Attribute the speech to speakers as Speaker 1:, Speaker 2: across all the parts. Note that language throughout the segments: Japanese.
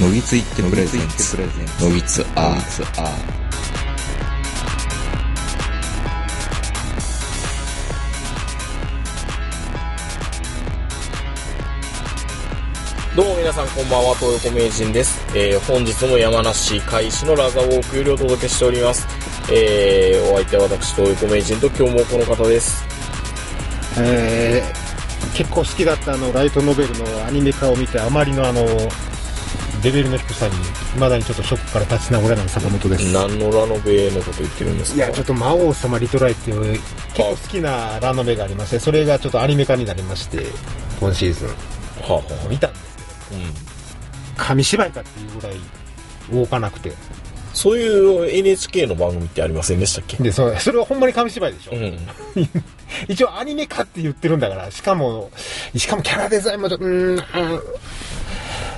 Speaker 1: のぎついってプレゼンツのぎつアーツアー
Speaker 2: どうも皆さんこんばんは、東横名人です。えー、本日も山梨開始のラガウォークよりお届けしております。えー、お相手は私、東横名人と今日もこの方です。
Speaker 3: えー結構好きだったあのライトノベルのアニメ化を見てあまりのあのレベルの低さに未だにちょっとショックから立ち直れない坂本です
Speaker 2: 何のラノベのこと言ってるんです
Speaker 3: い
Speaker 2: か
Speaker 3: やちょっと魔王様リトライっていう結構好きなラノベがありましてそれがちょっとアニメ化になりまして今シーズン
Speaker 2: はあ、は
Speaker 3: 見たんですけど
Speaker 2: あうん、
Speaker 3: 紙芝居かっていうぐらい動かなくて
Speaker 2: そういう NHK の番組ってありませんでしたっけ
Speaker 3: でそれそれはほんまに紙芝居でしょ、
Speaker 2: うん。
Speaker 3: 一応アニメ化って言ってるんだからしかもしかもキャラデザインもちょっとうーんうん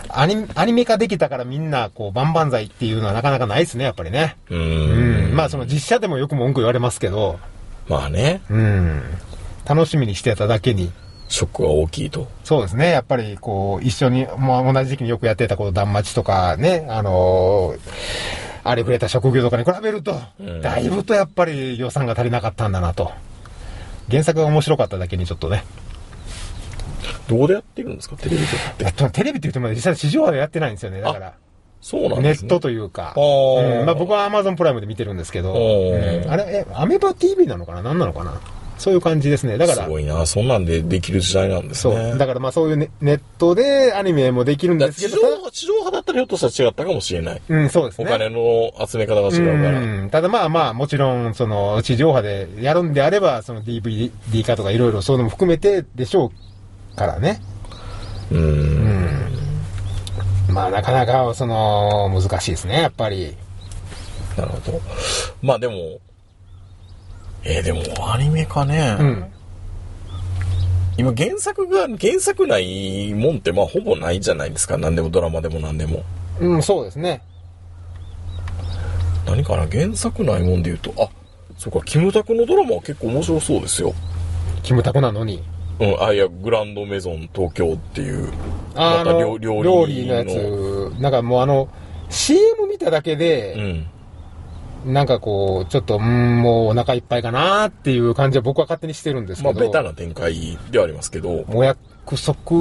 Speaker 3: アニアニメ化できたからみんなこうバンバン剤っていうのはなかなかないですねやっぱりね
Speaker 2: う。
Speaker 3: うんんまあその実写でもよく文句言われますけど
Speaker 2: まあね、
Speaker 3: うん楽しみにしてただけに
Speaker 2: ショックは大きいと。
Speaker 3: そうですねやっぱりこう一緒に、まあ、同じ時期によくやってたこの断末とかねあのーあれくれた職業とかに比べると、
Speaker 2: うん
Speaker 3: だいぶとやっぱり予算が足りなかったんだなと原作が面白かっただけにちょっとね
Speaker 2: どうでやってるんですかテレビ局って。
Speaker 3: えっと、テレビって言っても実際地上波でやってないんですよね。だから、
Speaker 2: そうなん
Speaker 3: ネ
Speaker 2: です
Speaker 3: ッ
Speaker 2: ね。
Speaker 3: トというか。
Speaker 2: あー
Speaker 3: うんまあ僕は Amazon プライムで見てるんですけど、
Speaker 2: おー
Speaker 3: うんあれ、え、アメバ TV なのかな何なのかなそういう感じですね。だか
Speaker 2: す
Speaker 3: ら、
Speaker 2: ごいな。そんなんでできる時代なんです
Speaker 3: そ
Speaker 2: ね。
Speaker 3: う。だからまあそういうネネットでアニメもできるん
Speaker 2: だ
Speaker 3: で
Speaker 2: から
Speaker 3: す
Speaker 2: 地
Speaker 3: け
Speaker 2: 上
Speaker 3: ど、
Speaker 2: 波、地上波だったらひょっとしたら違ったかもしれない。
Speaker 3: うん、そうです
Speaker 2: お
Speaker 3: ね。
Speaker 2: 金の集め方が違うから。
Speaker 3: うんただまあまあ、もちろん、その、地上波でやるんであれば、その DVD 化とかいろいろそういうのも含めてでしょうからね。
Speaker 2: うん。
Speaker 3: まあなかなか、その、難しいですね、やっぱり。
Speaker 2: なるほど。まあでも、えーでもアニメかね。
Speaker 3: うん。
Speaker 2: 今原作が、原作ないもんってまあほぼないじゃないですか。何でもドラマでも何でも。
Speaker 3: うん、そうですね。
Speaker 2: 何かな原作ないもんで言うと、あ、そうか、キムタクのドラマは結構面白そうですよ。
Speaker 3: キムタコなのに。
Speaker 2: うん、あ、いや、グランドメゾン東京っていう。ま
Speaker 3: あ
Speaker 2: た料
Speaker 3: の
Speaker 2: 料理
Speaker 3: 料理のやつなんかもうあの CM 見ただけ
Speaker 2: う
Speaker 3: で、
Speaker 2: ん。
Speaker 3: なんかこうちょっとうーんもうお腹いっぱいかなっていう感じは僕は勝手にしてるんですけ
Speaker 2: まあ
Speaker 3: ど、
Speaker 2: ベタな展開ではありますけど。
Speaker 3: お約束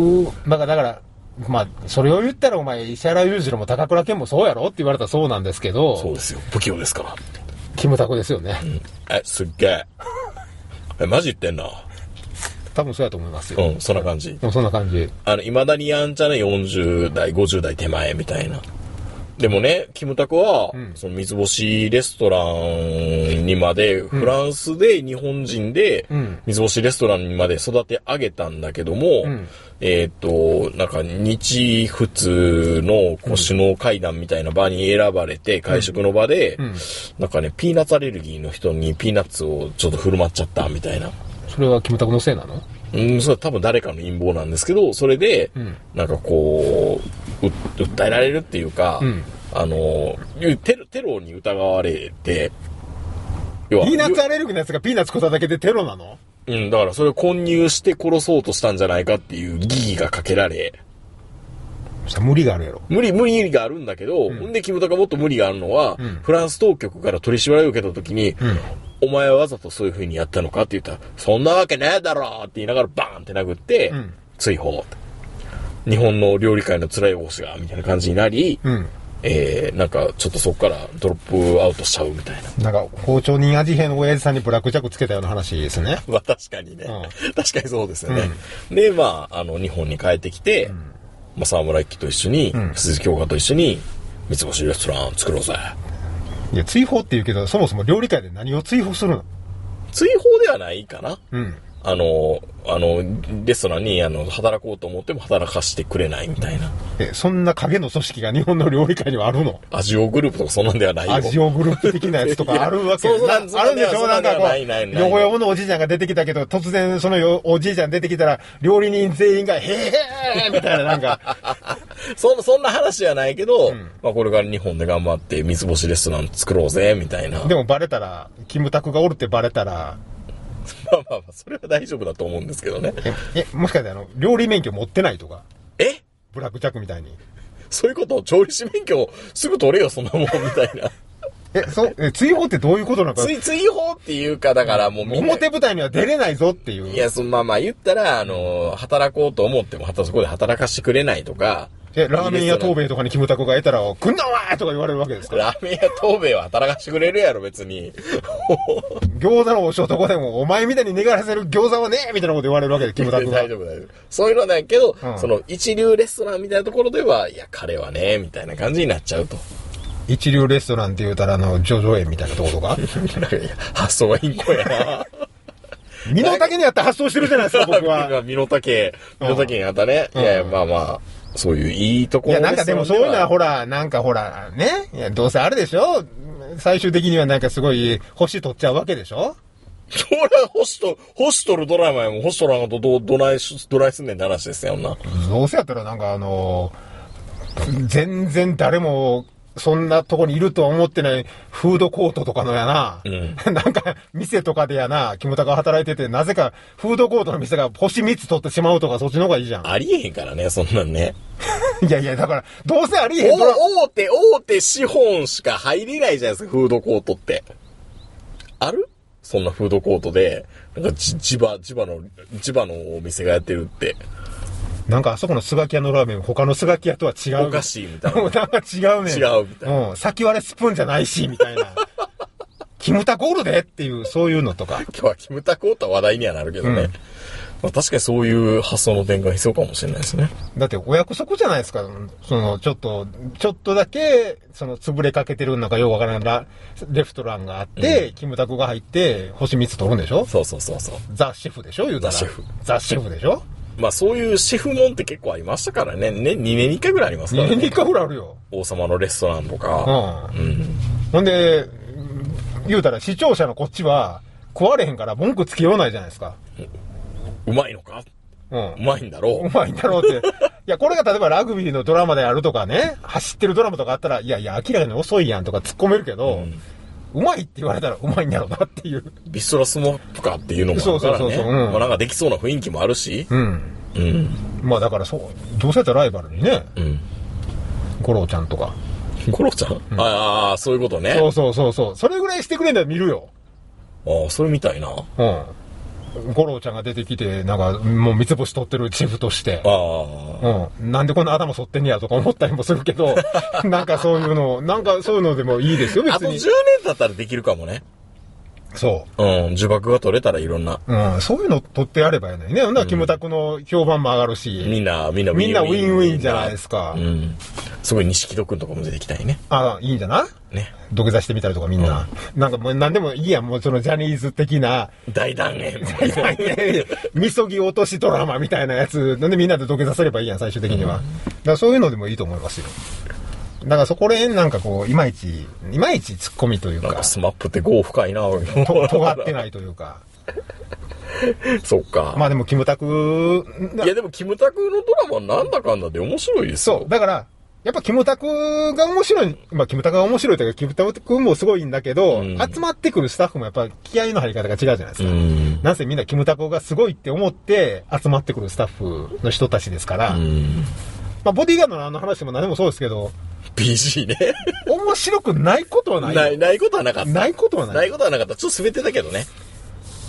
Speaker 3: まあだからまあそれを言ったらお前石原裕次郎も高倉健もそうやろって言われたらそうなんですけ
Speaker 2: そう
Speaker 3: ど
Speaker 2: ですよ。不器用ですから。
Speaker 3: キムタコですよね
Speaker 2: え、すっげえ。え、マジ言ってんな。
Speaker 3: 多分そうやと思いますよ、
Speaker 2: うん、そんな感じ。
Speaker 3: でもそんな感じ
Speaker 2: あの、未だにやんちゃな40代、50代手前みたいな。でもね、キムタクは、
Speaker 3: ん
Speaker 2: その三つ星レストランにまで、フランスで日本人で
Speaker 3: うん、
Speaker 2: 三つ星レストランにまで育て上げたんだけども、
Speaker 3: ん
Speaker 2: えーっ、と、なんか日仏のこう首脳会談みたいな場に選ばれて、会食の場で、
Speaker 3: ん
Speaker 2: なんかね、ピーナッツアレルギーの人にピーナッツをちょっと振る舞っちゃったみたいな。
Speaker 3: それはキムタコのせいなの
Speaker 2: うん、それは多分誰かの陰謀なんですけど、それで、
Speaker 3: ん
Speaker 2: なんかこう、う訴えられるっていうか、
Speaker 3: うん
Speaker 2: あの、テロ、テロに疑われて、要
Speaker 3: ピーナッツ
Speaker 2: よ
Speaker 3: アレルギーのやつがピーナッツこただけでテロなの
Speaker 2: うん、だからそれを混入して殺そうとしたんじゃないかっていう疑義がかけられ、
Speaker 3: そしたら無理があるやろ
Speaker 2: 無理、無理があるんだけど、ほんで、キムタクがもっと無理があるのは、
Speaker 3: ん
Speaker 2: フランス当局から取り締まりを受けた時に、お前はわざとそういう風にやったのかって言ったら、そんなわけねえだろって言いながらバーンって殴って、
Speaker 3: うん
Speaker 2: 追放。日本の料理界の辛いおしが、みたいな感じになり、
Speaker 3: うん
Speaker 2: えー、なんかちょっとそこからドロップアウトしちゃうみたいな。
Speaker 3: なんか、包丁人味兵の親父さんにブラックジャックつけたような話ですね。
Speaker 2: まあ確かにね、
Speaker 3: う
Speaker 2: 確かにそうですよね。で、まあ、あの、日本に帰ってきて、まあ、沢村一樹と一緒に、
Speaker 3: ん
Speaker 2: 鈴木京香と一緒に、三つ星レストラン作ろうぜ。
Speaker 3: いや、追放って言うけど、そもそも料理界で何を追放するの
Speaker 2: 追放ではないかな。
Speaker 3: うん。
Speaker 2: あの、あの、レストランに、あの、働こうと思っても働かしてくれないみたいな。
Speaker 3: え、そんな影の組織が日本の料理界にはあるの
Speaker 2: アジオグループとかそんなんではないよ。
Speaker 3: アジオグループ的なやつとかあるわけ
Speaker 2: いやそうそう
Speaker 3: な
Speaker 2: そう
Speaker 3: あるんでし
Speaker 2: そ
Speaker 3: ょ
Speaker 2: うな
Speaker 3: なんん
Speaker 2: では
Speaker 3: かこ
Speaker 2: ないないな
Speaker 3: う、
Speaker 2: い
Speaker 3: ヨボヨボのおじいちゃんが出てきたけど、突然そのよおじいちゃん出てきたら、料理人全員が、へえーみたいな、なんか、
Speaker 2: そんそんな話はないけど、まあこれから日本で頑張って三つ星レストラン作ろうぜ、みたいな。
Speaker 3: でもバレたら、キムタクがおるってバレたら、
Speaker 2: まあまあまあ、それは大丈夫だと思うんですけどね。
Speaker 3: え、えもしかしてあの、料理免許持ってないとか、
Speaker 2: え
Speaker 3: ブラックジャックみたいに。
Speaker 2: そういうこと、調理師免許すぐ取れよ、そんなもん、みた いな。
Speaker 3: え、そう、え、追放ってどういうことなのか
Speaker 2: つ。い、追放っていうか、だからもうみんな、
Speaker 3: 表舞台には出れないぞっていう。
Speaker 2: いや、そのまあまあ言ったら、あの、働こうと思っても、はたそこで働かしてくれないとか、
Speaker 3: え、ラーメン屋東米とかにキムタクがいたら、来んなわーとか言われるわけですから。
Speaker 2: ラーメン屋東米は働かしてくれるやろ、別に。
Speaker 3: 餃子の王将とかでも、お前みたいに寝がらせる餃子はねえみたいなこと言われるわけで、キムタクが
Speaker 2: 大。丈夫、大丈夫。そういうのだけど、
Speaker 3: うん
Speaker 2: その一流レストランみたいなところでは、いや、彼はね、みたいな感じになっちゃうと。
Speaker 3: 一流レストランって言うたら、あの、ジョジョ園みたいなとこと か。
Speaker 2: なんかいや発想はインコやな。
Speaker 3: 身の丈にやって発想してるじゃない ですか、僕は。
Speaker 2: 身の丈、身の丈にあったね。い
Speaker 3: ん
Speaker 2: やいや、まあまあ、そういういいとこ
Speaker 3: い
Speaker 2: ろ
Speaker 3: や、なんかでもそういうのは、
Speaker 2: ほ
Speaker 3: ほら、なんかほら、ね。いや、どうせあれでしょ最終的にはなんかすごい、星取っちゃうわけでしょ
Speaker 2: ら、星と、星とるドラマやもん、星とらんことどう、どないし、どないすんねんって話ですよ、な。
Speaker 3: どうせやったらなんかあの全然誰も、そんなとこにいるとは思ってないフードコートとかのやな。なんか、店とかでやな、キムタクが働いてて、なぜかフードコートの店が星3つ取ってしまうとか、そっちの方がいいじゃん。
Speaker 2: ありえへんからね、そんなんね。
Speaker 3: いやいや、だから、どうせありえへんから。
Speaker 2: お大手、大手資本しか入れないじゃないですか、フードコートって。あるそんなフードコートで、なんかじ、地場、地場の、地場のお店がやってるって、
Speaker 3: なんかあそこのスガキ屋のラーメン、他のスガキ屋とは違う。
Speaker 2: おかしいみたいな
Speaker 3: もう。なんか違うね。
Speaker 2: 違うみたいな
Speaker 3: うん。先割れスプーンじゃないし、みた いな。キムタゴールでっていう、そういうのとか。
Speaker 2: 今日はキムタクオートは話題にはなるけどね。
Speaker 3: うん
Speaker 2: まあ確かにそういう発想の転換が必要かもしれないですね。
Speaker 3: だってお約束じゃないですか。その、ちょっと、ちょっとだけ、その、潰れかけてるなんかようわからんラ、レフトランがあって、キムタクが入って、星3つ取るんでしょ
Speaker 2: そうそうそうそう。
Speaker 3: ザ・シェフでしょ言うたら。
Speaker 2: ザシェフ。
Speaker 3: ザ・シェフでしょ
Speaker 2: まあそういうシェフもんって結構ありましたからね。ね、2年に1回ぐらいありますか
Speaker 3: ?2
Speaker 2: ら
Speaker 3: 年に
Speaker 2: ね
Speaker 3: 1。回ぐらいあるよ。
Speaker 2: 王様のレストランと
Speaker 3: う
Speaker 2: か。
Speaker 3: ん。
Speaker 2: うん。
Speaker 3: ほんで、言うたら視聴者のこっちは、食われへんから文句つけようないじゃないですか。
Speaker 2: うまいのか
Speaker 3: うん
Speaker 2: う。まいんだろ
Speaker 3: うまいんだろう って。いや、これが例えばラグビーのドラマであるとかね、走ってるドラマとかあったら、いやいや、明らかに遅いやんとか突っ込めるけど、うまいって言われたらうまいんだろうなっていう。
Speaker 2: う。ビストラスモップかっていうのもあるからね。
Speaker 3: そうそうそうそううん
Speaker 2: まあなんかできそうな雰囲気もあるし。
Speaker 3: うん。
Speaker 2: うん。
Speaker 3: まあだからそう、どうせやったらライバルにね、
Speaker 2: うん。
Speaker 3: 五郎ちゃんとか。
Speaker 2: ゴロちゃん、ああ、そういうことね。
Speaker 3: そうそうそうそう。それぐらいしてくれんだら見るよ。
Speaker 2: ああ、それみたいな。あ
Speaker 3: うん。五郎ちゃんが出てきて、なんか、もう三つ星取ってるチーフとして。
Speaker 2: あ。
Speaker 3: うん。なんでこんな頭剃ってんねやとか思ったりもするけ ど、なんかそういうの、なんかそういうのでもいいですよ、
Speaker 2: あ
Speaker 3: 別
Speaker 2: と10
Speaker 3: に
Speaker 2: 年。だったらできるかもね。
Speaker 3: そう。
Speaker 2: うん。呪縛が取れたらいろんな。
Speaker 3: うん、そういうの取ってやればいいのにね。ほんならキムタクの評判も上がるし、
Speaker 2: みんな、みんな
Speaker 3: みんなウィンウィンじゃないですか。
Speaker 2: うん。すごい錦戸くんとかも出てきたいね。
Speaker 3: あ、いいんじゃない
Speaker 2: ね。
Speaker 3: 土下座してみたりとかみんな。なんかもう何でもいいやん、もうそのジャニーズ的 な、
Speaker 2: 大断言みたい な。
Speaker 3: みそぎ落としドラマみたいなやつ、なんでみんなで土下座すればいいやん、最終的には。だからそういうのでもいいと思いますよ。だからそこら辺なんかこう、いまいち、いまいち突っ込みという
Speaker 2: なん
Speaker 3: か
Speaker 2: か、スマップって豪深いな、俺も
Speaker 3: と尖ってないというか。
Speaker 2: そっか。
Speaker 3: まあでもキムタク、
Speaker 2: いやでも、キムタクのドラマなんだかんだで面白いですよ。
Speaker 3: そう。だから、やっぱキムタクが面白い、まあキムタクが面白いというか、キムタクもすごいんだけど、
Speaker 2: うん
Speaker 3: 集まってくるスタッフもやっぱ気合の入り方が違うじゃないですか。
Speaker 2: ん。
Speaker 3: なんせみんなキムタクがすごいって思って集まってくるスタッフの人たちですから、
Speaker 2: うん。
Speaker 3: まあボディーガードのあの話も何でもそうですけど、
Speaker 2: BG ね。
Speaker 3: 面白くないことはない。
Speaker 2: ない、ないことはなかった。
Speaker 3: ないことはない
Speaker 2: ないことはなかった。ちょっと滑ってたけどね。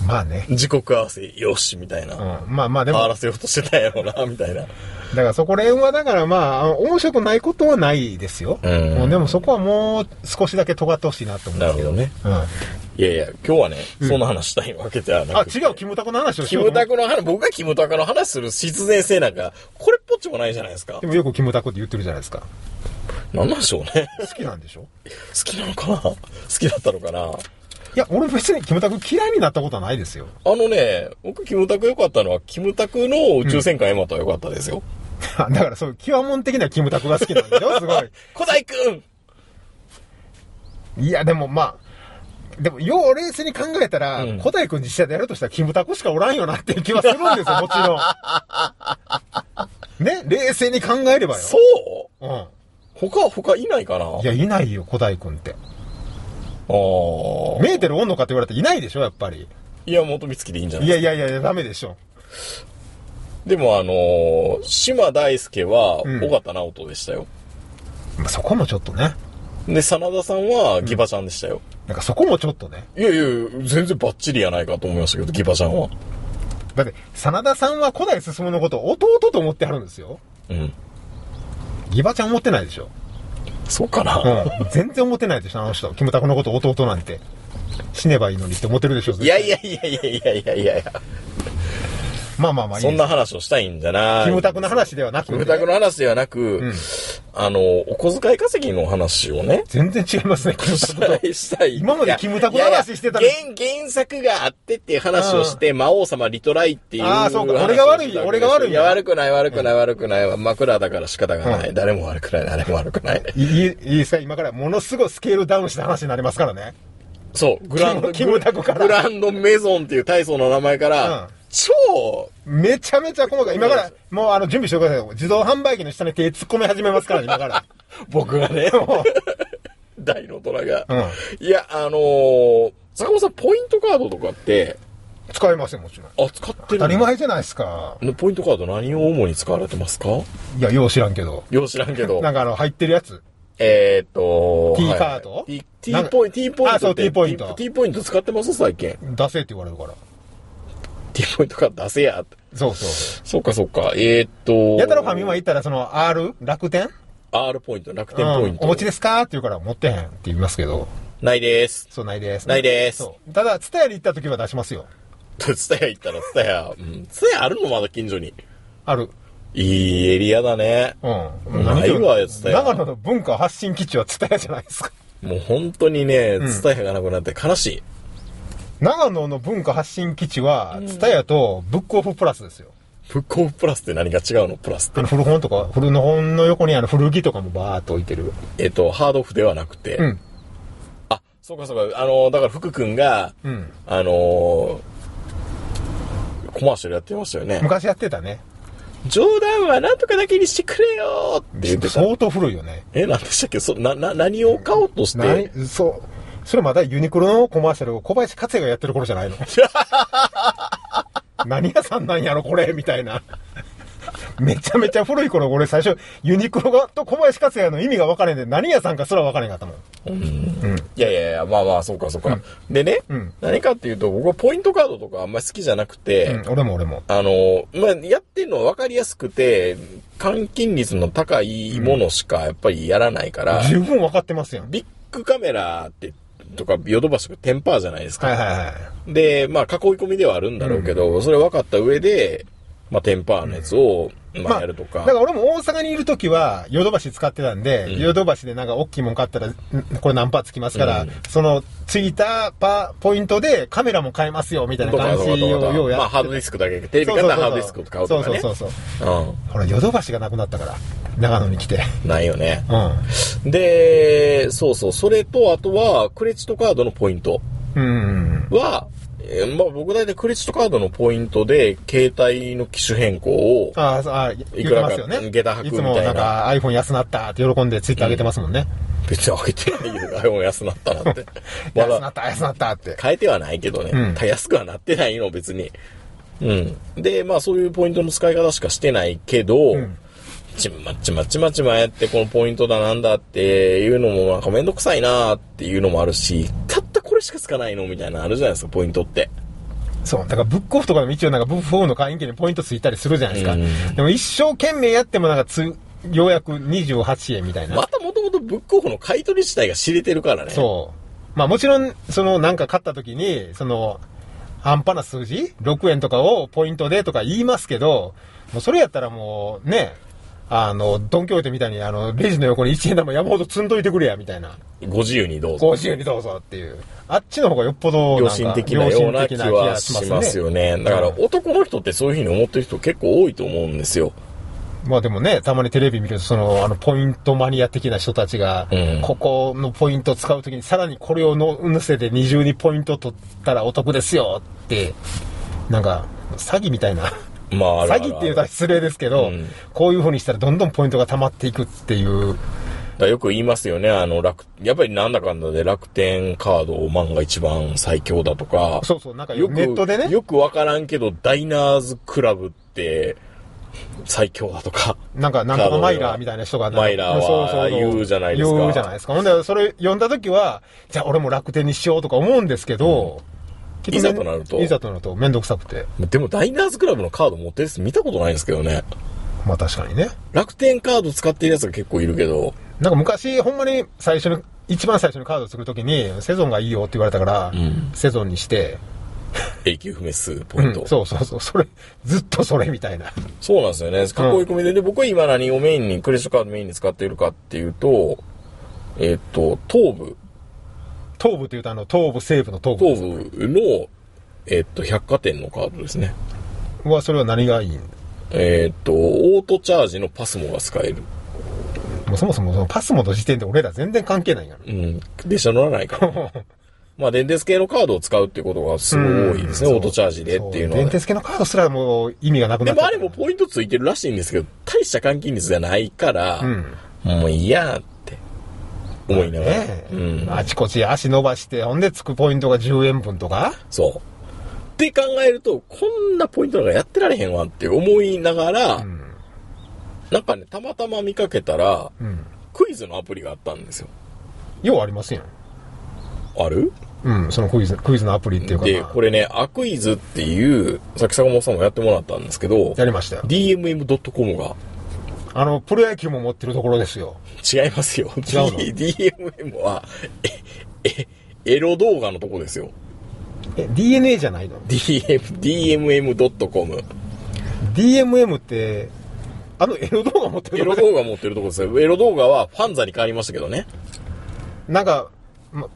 Speaker 3: まあね。
Speaker 2: 時刻合わせ、よし、みたいな。
Speaker 3: うん、まあまあで
Speaker 2: 合
Speaker 3: も、
Speaker 2: わせようとしてたやろうな、みたいな。
Speaker 3: だからそこら辺はだからまあ、面白くないことはないですよ。
Speaker 2: うん
Speaker 3: もでもそこはもう少しだけ尖ってほしいなと思うんですけど。
Speaker 2: なる
Speaker 3: ほどね。
Speaker 2: いやいや、今日はね、そんな話したいわけじゃ
Speaker 3: うん、あ
Speaker 2: な、くて。
Speaker 3: 違う、キムタクの話をし
Speaker 2: キ
Speaker 3: ようと
Speaker 2: ム
Speaker 3: 思っ
Speaker 2: タクの話、僕がキムタクの話する必然性なんか、これっぽっちもないじゃないですか
Speaker 3: で。もよくキムタクって言ってるじゃないですか。
Speaker 2: なんなんでしょうね。
Speaker 3: 好きなんでしょ
Speaker 2: 好きなのかな好きだったのかない
Speaker 3: や、俺別にキムタク嫌いになったことはないですよ。
Speaker 2: あのね、僕、キムタク良かったのは、キムタクの宇宙戦艦エマトは良かったですよ。
Speaker 3: だからそう、極問的にはキムタクが好きなんでし ょすごい。
Speaker 2: 古代くん
Speaker 3: いや、でもまあ、でも、よう冷静に考えたら、
Speaker 2: うん
Speaker 3: 古代君実写でやるとしたらキムタクしかおらんよなっていう気はするんです よ、もちろん。ね、冷静に考えればよ。
Speaker 2: そう
Speaker 3: う。ん。
Speaker 2: 他、他いないかない
Speaker 3: や、いないよ、古代君って。
Speaker 2: あー
Speaker 3: メーテルおんのかって言われたらいないでしょ、やっぱり。
Speaker 2: いや、元美月でいいんじゃない
Speaker 3: い
Speaker 2: で
Speaker 3: や
Speaker 2: す
Speaker 3: いやいや、ダメでしょ。
Speaker 2: かでも、あのー島大輔は、
Speaker 3: うん
Speaker 2: 尾形直人でしたよ。
Speaker 3: まあ、そこもちょっとね。
Speaker 2: で、真田さんはギバちゃんでしたよ。
Speaker 3: なんかそこもちょっとね。
Speaker 2: いやいや、全然バッチリやないかと思いましたけど、ギバちゃんは。
Speaker 3: だって、真田さんは古代進のことを弟と思ってはるんですよ。
Speaker 2: うん。
Speaker 3: ギバちゃん思ってないでしょ。
Speaker 2: そうかな。
Speaker 3: うん。全然思ってないでしょ、あの人。キムタクのこと弟なんて。死ねばいいのにって思ってるでしょ、
Speaker 2: いやいやいやいやいやいやいやいや、
Speaker 3: まあまあまあいい
Speaker 2: そ
Speaker 3: です
Speaker 2: んな話をしたいんじゃない。
Speaker 3: キムタクの話ではなく、
Speaker 2: キムタクの話ではなく、
Speaker 3: ん
Speaker 2: あの、お小遣い稼ぎの話をね、
Speaker 3: 全然違いま すね、キムタクと。
Speaker 2: したい。
Speaker 3: 今までキムタクの話してた
Speaker 2: い
Speaker 3: の
Speaker 2: やいや原原作があってっていう話をして、魔王様リトライっていう。
Speaker 3: あーそうか
Speaker 2: 話を
Speaker 3: 俺が悪い
Speaker 2: してたわけ
Speaker 3: 俺が悪い
Speaker 2: いや、悪くない、悪くない、悪くない。枕だから仕方がない。
Speaker 3: う
Speaker 2: 誰も悪くない、誰も悪くない。
Speaker 3: いいいいですか今からものすごいスケールダウンした話になりますからね。
Speaker 2: そう、グランド、
Speaker 3: キムキムタクから
Speaker 2: グランドメゾンっていう体操の名前から、
Speaker 3: うん
Speaker 2: 超、
Speaker 3: めちゃめちゃ細かい。今から、もうあの、準備してくださいよ。自動販売機の下に手突っ込み始めますから、今から。
Speaker 2: 僕が ね、
Speaker 3: も
Speaker 2: 大の虎が。
Speaker 3: う
Speaker 2: いや、あのー、坂本さん、ポイントカードとかって、
Speaker 3: う使いません、もちろん。
Speaker 2: あ、使ってる
Speaker 3: 当たり前じゃないですか。
Speaker 2: ねポイントカード何を主に使われてますか
Speaker 3: いや、よう知らんけど。
Speaker 2: よう知らんけど。
Speaker 3: なんかあの、入ってるやつ。
Speaker 2: えーっと、
Speaker 3: T カード
Speaker 2: はいはい T- T
Speaker 3: なんか
Speaker 2: ポイント、T ポイントって。
Speaker 3: あそう T ポイント
Speaker 2: T- T ポイント使ってます最近。
Speaker 3: 出せって言われるから。
Speaker 2: T ポイントカード出せや。
Speaker 3: そうそうそう。
Speaker 2: そっかそっか。えーっと、
Speaker 3: やたらファミマ行ったら、その R? 楽天
Speaker 2: R ポイント、楽
Speaker 3: う
Speaker 2: 天ポイン
Speaker 3: ん。
Speaker 2: ト。
Speaker 3: お持ちですかって言うから、持ってへんって言いますけど。
Speaker 2: ないです。
Speaker 3: そう、ないです。
Speaker 2: ないです
Speaker 3: そう。ただ、ツタヤに行った時は出しますよ。
Speaker 2: と、ツタヤ行ったら、ツタヤ、うん、ツタヤあるのまだ近所に。
Speaker 3: ある。
Speaker 2: いいエリアだね。
Speaker 3: うん。
Speaker 2: ないわよ蔦屋
Speaker 3: 長野の文化発信基地はツタヤじゃないですか。
Speaker 2: もう本当にね、ツタヤがなくなって悲しい。
Speaker 3: 長野の文化発信基地は、ツタヤとブックオフプラスですよ。
Speaker 2: 復興プラスって何が違うのプラスって
Speaker 3: あの。古本とか、古の本の横にあの古着とかもバーっと置いてる。
Speaker 2: えっと、ハードオフではなくて。
Speaker 3: うん。
Speaker 2: あ、そうかそうか。あの、だから福君が、
Speaker 3: うん
Speaker 2: あのーコマーシャルやってましたよね。
Speaker 3: 昔やってたね。
Speaker 2: 冗談はなんとかだけにしてくれよって言って た。
Speaker 3: 相当古いよね。
Speaker 2: え、なんでしたっけそ、な、な、何を買おうとして。
Speaker 3: 何そう。それまだユニクロのコマーシャルを小林克也がやってる頃じゃないの何屋さんなんやろこれみたいな。めちゃめちゃ古い頃、俺最初、ユニクロがと小林克也の意味が分からへんで、何屋さんかすら分からへんかったもん。
Speaker 2: いやいやいや、まあまあ、そうかそうか。でね、
Speaker 3: ん
Speaker 2: 何かっていうと、僕はポイントカードとかあんまり好きじゃなくて、
Speaker 3: うん、俺も俺も。
Speaker 2: あの、まあ、やってるのは分かりやすくて、換金率の高いものしかやっぱりやらないから、
Speaker 3: 十分分かってますやん。
Speaker 2: ビッグカメラって、とか、ヨドバシとかテンパーじゃないですか。
Speaker 3: はいはいはい。
Speaker 2: で、まあ、囲い込みではあるんだろうけど、それ分かった上で、まあ、テンパーのやつを、まあ、やるとか。
Speaker 3: だから俺も大阪にいるときは、ヨドバシ使ってたんで、ヨドバシでなんか大きいもん買ったら、んこれ何パーつきますから、
Speaker 2: うん
Speaker 3: その、ついたパー、ポイントでカメラも買えますよ、みたいな
Speaker 2: とか
Speaker 3: 感じを
Speaker 2: とか
Speaker 3: ようや
Speaker 2: まあ、
Speaker 3: って
Speaker 2: ハードディスクだけ、テレビからハードディスクと買うと
Speaker 3: そ
Speaker 2: か
Speaker 3: うそう
Speaker 2: ね。
Speaker 3: そうそう。
Speaker 2: う
Speaker 3: ほら、ヨドバシがなくなったから、長野に来て。
Speaker 2: ん。ないよね。
Speaker 3: う
Speaker 2: で、そうそう、それと、あとは、クレジットカードのポイント
Speaker 3: ん。うん。
Speaker 2: は、えーまあ、僕大体クレジットカードのポイントで、携帯の機種変更を、
Speaker 3: ああ、そうああ、言ってますよね。
Speaker 2: いくらか下駄履
Speaker 3: い
Speaker 2: くみ
Speaker 3: つ
Speaker 2: たいな
Speaker 3: もなんか iPhone 安なったって喜んでツイッター上げてますもんね。
Speaker 2: 別に上げてないよ。iPhone 安なったな って。ま
Speaker 3: 安
Speaker 2: だ
Speaker 3: なった、安なったって。
Speaker 2: 変えてはないけどね。
Speaker 3: うん
Speaker 2: た安くはなってないの、別に。うん。で、まあそういうポイントの使い方しかしてないけど、
Speaker 3: ん
Speaker 2: ちまちまちまちまやって、このポイントだなんだっていうのもなんかめんどくさいなっていうのもあるし、たったこれしかつかないのみたいなのあるじゃないですか、ポイントって。
Speaker 3: そう。だからブックオフとかでも一応なんかブックオフの会員権にポイントついたりするじゃないですか。
Speaker 2: うん
Speaker 3: でも一生懸命やってもなんかつ、ようやく28円みたいな。
Speaker 2: またもともとブックオフの買い取り自体が知れてるからね。
Speaker 3: そう。まあもちろん、そのなんか買った時に、その、半端な数字 ?6 円とかをポイントでとか言いますけど、もうそれやったらもうね、あの、ドンキョーテみたいにあの、レジの横に1円玉山ほど積んどいてくれや、みたいな。
Speaker 2: ご自由にどうぞ。
Speaker 3: 50円にどうぞっていう。あっちの方がよっぽどな
Speaker 2: 良
Speaker 3: んか、
Speaker 2: 心的なような気はしますよね。だから男の人ってそういうふうに思ってる人結構多いと思うんですよ。
Speaker 3: まあでもね、たまにテレビ見ると、その、あの、ポイントマニア的な人たちが、
Speaker 2: うん
Speaker 3: ここのポイント使うときに、さらにこれをの、乗せて二重にポイント取ったらお得ですよって、なんか、詐欺みたいな。
Speaker 2: まあ、あるあ
Speaker 3: 詐
Speaker 2: るある
Speaker 3: 欺って言うと失礼ですけど、
Speaker 2: うん
Speaker 3: こういう風にしたらどんどんポイントが溜まっていくっていう、
Speaker 2: だからよく言いますよね。あの、楽、やっぱりなんだかんだで楽天カードをマンが一番最強だとか。
Speaker 3: そうそう、なんか
Speaker 2: よく、
Speaker 3: ネットでね、
Speaker 2: よくわからんけど、ダイナーズクラブって、最強だとか。
Speaker 3: なんか、なんとかマイラーみたいな人がなんか、
Speaker 2: マイラーは
Speaker 3: そうそうそう
Speaker 2: 言うじゃないですか
Speaker 3: 言うじゃないですか。ほんで、それ読んだ時は、じゃあ俺も楽天にしようとか思うんですけど、結局
Speaker 2: いざとなると
Speaker 3: いざとなると、めんどくさくて。
Speaker 2: でもダイナーズクラブのカード持ってるやつ見たことないんですけどね。
Speaker 3: まあ確かにね。
Speaker 2: 楽天カード使ってるやつが結構いるけど、
Speaker 3: なんか昔、ほんまに最初の、一番最初のカードを作るときに、セゾンがいいよって言われたから、セゾンにして、
Speaker 2: 永久不滅ポイント。
Speaker 3: うんそうそうそう、それ、ずっとそれみたいな。
Speaker 2: そうなんですよね。囲い込みで。で、僕は今何をメインに、クレジットカードメインに使っているかっていうと、えっ、と、東部、
Speaker 3: 東部って言うと、あの、東部、西部の東部です。
Speaker 2: 東部の、えっ、と、百貨店のカードですね。
Speaker 3: は、それは何がいいん
Speaker 2: えっ、と、オートチャージのパスモが使える。
Speaker 3: もうそもそもそのパスモの時点で俺ら全然関係ないやろ。
Speaker 2: うん。電車乗らないから、 まあ、電鉄系のカードを使うっていうことがすごい多いですね。
Speaker 3: うん
Speaker 2: オートチャージでっていうのは
Speaker 3: 電
Speaker 2: ね、
Speaker 3: 鉄系のカードすらもう意味がなく
Speaker 2: で
Speaker 3: なっちゃ
Speaker 2: も
Speaker 3: っ
Speaker 2: あ
Speaker 3: た
Speaker 2: れもポイントついてるらしいんですけど、大した換金率じゃないから、
Speaker 3: ん
Speaker 2: もう嫌って思いながら。
Speaker 3: ねえ、
Speaker 2: うん。
Speaker 3: あちこち足伸ばして、ほんでつくポイントが10円分とか
Speaker 2: そう。って考えると、こんなポイントなんかやってられへんわって思いながら、
Speaker 3: ん
Speaker 2: なんかね、たまたま見かけたら、
Speaker 3: うん。
Speaker 2: クイズのアプリがあったんですよ。
Speaker 3: ようありますよ。
Speaker 2: ある
Speaker 3: うん、そのクイズ、クイズのアプリっていうか、
Speaker 2: で、これね、アクイズっていう、さっき坂本さんもやってもらったんですけど、
Speaker 3: やりましたよ。
Speaker 2: DMM.com が
Speaker 3: あの、プロ野球も持ってるところですよ。
Speaker 2: 違いますよ。
Speaker 3: 違うの
Speaker 2: DMM は、え、え、エロ動画のとこですよ。
Speaker 3: え、DNA じゃないの
Speaker 2: DM、DMM.com。
Speaker 3: ?DMM って、あのエロ動画持ってる
Speaker 2: エ
Speaker 3: と
Speaker 2: ロ
Speaker 3: ころ
Speaker 2: 動画持ってるとこですよ。エロ動画はファンザに変わりましたけどね。
Speaker 3: なんか、ま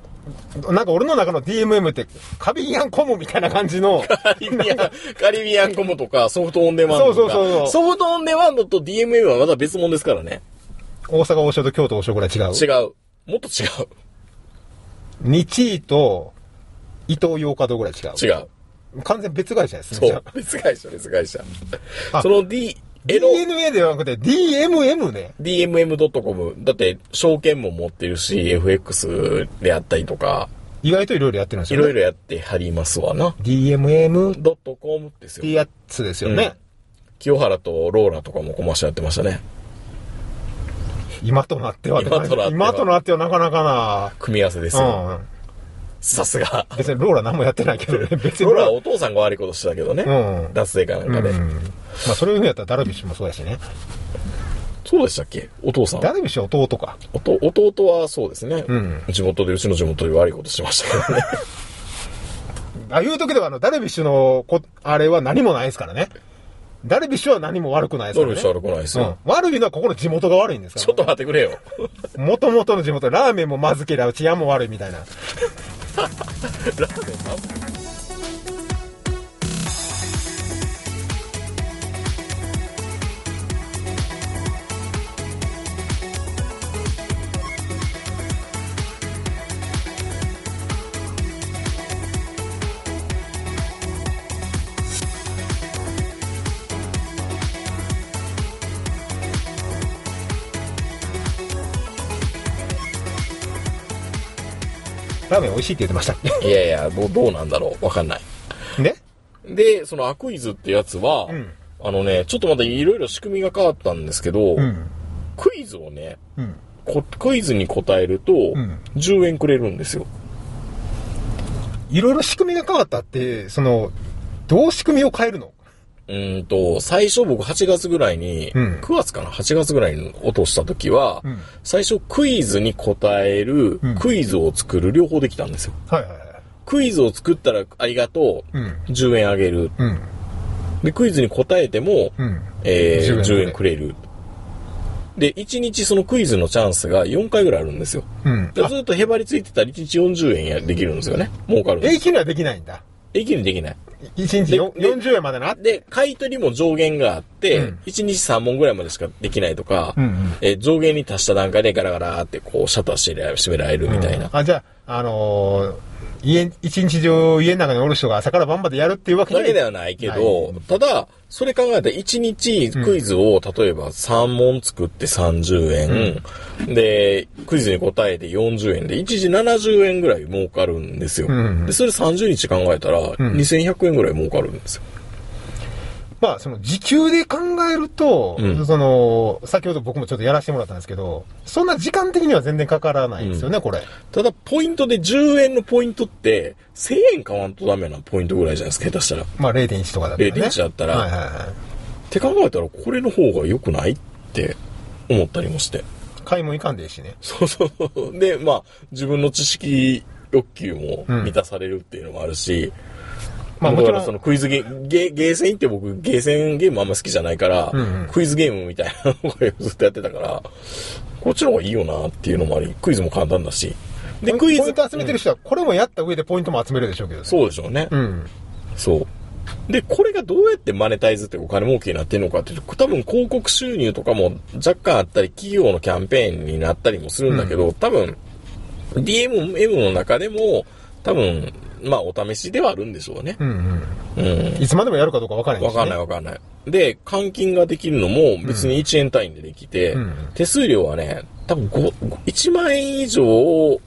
Speaker 3: なんか俺の中の DMM ってカビリアンコムみたいな感 じの、
Speaker 2: カリビアン、カリビアンコムとか、ソフトオンデマンドとか。
Speaker 3: そうそうそうそう
Speaker 2: ソフトオンデマンドと DMM はまた別物ですからね。
Speaker 3: 大阪王将と京都王将ぐらい違う。
Speaker 2: 違う。もっと違
Speaker 3: 日位と伊藤洋華堂ぐらい違う。
Speaker 2: う。違う。
Speaker 3: 完全別会社ですね。
Speaker 2: そ
Speaker 3: じゃ
Speaker 2: う。別会社、別会社
Speaker 3: あ。
Speaker 2: その D、
Speaker 3: あ
Speaker 2: エロ、
Speaker 3: DNA ではなくて DMM ね。
Speaker 2: DMM.com。だって、証券も持ってるし、FX であったりとか、
Speaker 3: 意外といろいろやってるんです
Speaker 2: い
Speaker 3: よ、ね。
Speaker 2: ろいろやってはりますわな。
Speaker 3: DMM っ
Speaker 2: ドットコムです
Speaker 3: て
Speaker 2: よ。
Speaker 3: やつですよね。
Speaker 2: 清原とローラとかもコマーシャルやってましたね。
Speaker 3: 今となってはって感じ
Speaker 2: 今となっては
Speaker 3: 今となってはなかなか
Speaker 2: 組み合わせですよ。
Speaker 3: な。うん。
Speaker 2: さす が。
Speaker 3: 別にローラ何もやってないけどね。別に
Speaker 2: ローラはお父さんが悪いことしてたけどね。
Speaker 3: うん
Speaker 2: 脱税かなんかで。
Speaker 3: うん。まあそれを言うんやったらダルビッシュもそうやしね。
Speaker 2: そうでしたっけお父さん。
Speaker 3: ダルビッシュは弟か。
Speaker 2: おと弟はそうですね。
Speaker 3: ん
Speaker 2: 地元で、うちの地元で悪いことしてました からね。
Speaker 3: ああいう時ではあの、ダルビッシュのこ、あれは何もないですからね。ダルビッシュは何も悪くないです
Speaker 2: ド
Speaker 3: から
Speaker 2: ル
Speaker 3: ね。
Speaker 2: フィッシュは来ないですよ。
Speaker 3: うん、悪いのはここの地元が悪いんです
Speaker 2: ちょ
Speaker 3: か
Speaker 2: っと待ってくれ よ。
Speaker 3: ら、ね。もともとの地元、ラーメンもまずけりゃ治安も悪いみたいな。ラーメン美味しいって言ってましたっ
Speaker 2: いやいや、どうどうなんだろう。わかんない。
Speaker 3: けね
Speaker 2: で、そのアクイズってやつは、
Speaker 3: ん
Speaker 2: あのね、ちょっとまたいろいろ仕組みが変わったんですけど、
Speaker 3: うん。
Speaker 2: クイズをね、
Speaker 3: うん。
Speaker 2: こクイズに答えると、
Speaker 3: ん
Speaker 2: 10円くれるんですよ。
Speaker 3: いろいろ仕組みが変わったって、その、どう仕組みを変えるの
Speaker 2: うーんと、最初僕8月ぐらいに、
Speaker 3: うん
Speaker 2: 9月かな ?8 月ぐらいに落とした時は、
Speaker 3: ん
Speaker 2: 最初クイズに答える、
Speaker 3: うん
Speaker 2: クイズを作る、両方できたんですよ。
Speaker 3: はいはいはい。
Speaker 2: クイズを作ったらありがとう、
Speaker 3: うん
Speaker 2: 10円あげる。
Speaker 3: うん。
Speaker 2: で、クイズに答えても、
Speaker 3: うん。
Speaker 2: えー、
Speaker 3: 10
Speaker 2: 10
Speaker 3: 円
Speaker 2: 円くれる。で、1日そのクイズのチャンスが4回ぐらいあるんですよ。
Speaker 3: うん。
Speaker 2: で
Speaker 3: あ、
Speaker 2: ずっとへばりついてたら1日40円やできるんですよね。儲かるんです。
Speaker 3: 永久にはできないんだ。
Speaker 2: 永久にできない。
Speaker 3: 1日よん
Speaker 2: でで
Speaker 3: 40円までな。
Speaker 2: で、買い取りも上限があって、
Speaker 3: うん
Speaker 2: 1日3問ぐらいまでしかできないとか、
Speaker 3: うんうん
Speaker 2: えー上限に達した段階でガラガラってこうシャッターして閉められるみたいな。
Speaker 3: あ、じゃあ、あのー家、一日中家の中におる人が朝から晩までやるっていうわけ
Speaker 2: だけでは
Speaker 3: ない。
Speaker 2: ないけど、ただ、それ考えたら1日クイズを、例えば3問作って30円、で、クイズに答えて40円で、一時70円ぐらい儲かるんですよ。
Speaker 3: んうん
Speaker 2: で、それ30日考えたら、2100円ぐらい儲かるんですよ。
Speaker 3: まあ、その時給で考えると、
Speaker 2: うん
Speaker 3: その、先ほど僕もちょっとやらせてもらったんですけど、そんな時間的には全然かからないですよね、これ。
Speaker 2: ただ、ポイントで10円のポイントって、1000円買わんとダメなポイントぐらいじゃないですか、下手したら。っ
Speaker 3: まあ0.1とかだったら、ね。
Speaker 2: 0.1だったら
Speaker 3: はいはいはい。
Speaker 2: て考えたら、これの方が良くないって思ったりもして。
Speaker 3: 買いもいかんでいいしね。
Speaker 2: そうそう。で、まあ、自分の知識欲求も満たされるっていうのもあるし、
Speaker 3: まあも
Speaker 2: だ
Speaker 3: ち
Speaker 2: か
Speaker 3: ろ
Speaker 2: ら
Speaker 3: ん、
Speaker 2: そのクイズゲー、ゲー、ゲーセン行って僕、ゲーセンゲームあんま好きじゃないから、
Speaker 3: んうん
Speaker 2: クイズゲームみたいなのをずっとやってたから、こっちの方がいいよなっていうのもあり、クイズも簡単だし。で、ク
Speaker 3: ポ
Speaker 2: イ
Speaker 3: イ
Speaker 2: ズ
Speaker 3: ン、ト集めてる人は、これもやった上でポイントも集めるでしょうけどね。
Speaker 2: そうでしょうね。
Speaker 3: うん。
Speaker 2: そう。で、これがどうやってマネタイズってお金儲けになってるのかっていうと、多分広告収入とかも若干あったり、企業のキャンペーンになったりもするんだけど、多分、DMM の中でも、多分、まあ、お試しではあるんでしょうね
Speaker 3: う。ん
Speaker 2: うん
Speaker 3: う。ん。いつまでもやるかどうかわからない
Speaker 2: わ
Speaker 3: し、ね。
Speaker 2: かんないわかんない。で、換金ができるのも別に1円単位でできて、
Speaker 3: うん
Speaker 2: 手数料はね、多分ご1万円以上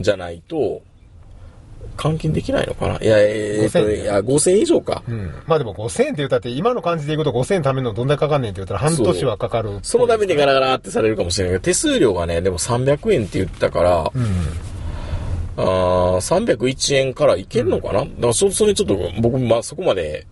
Speaker 2: じゃないと、換金できないのかないや、えー、っと、
Speaker 3: 5000円
Speaker 2: いや、5000円以上か。
Speaker 3: うん。まあでも5000円って言ったって、今の感じでいくと5000円ためるのどんだけかかんねんって言ったら半年はかかる。
Speaker 2: そのためにガラガラってされるかもしれないけど、手数料がね、でも300円って言ったから、
Speaker 3: うん。
Speaker 2: あー301円からいけるのかな、だからそ、それちょっと僕、まあそこまで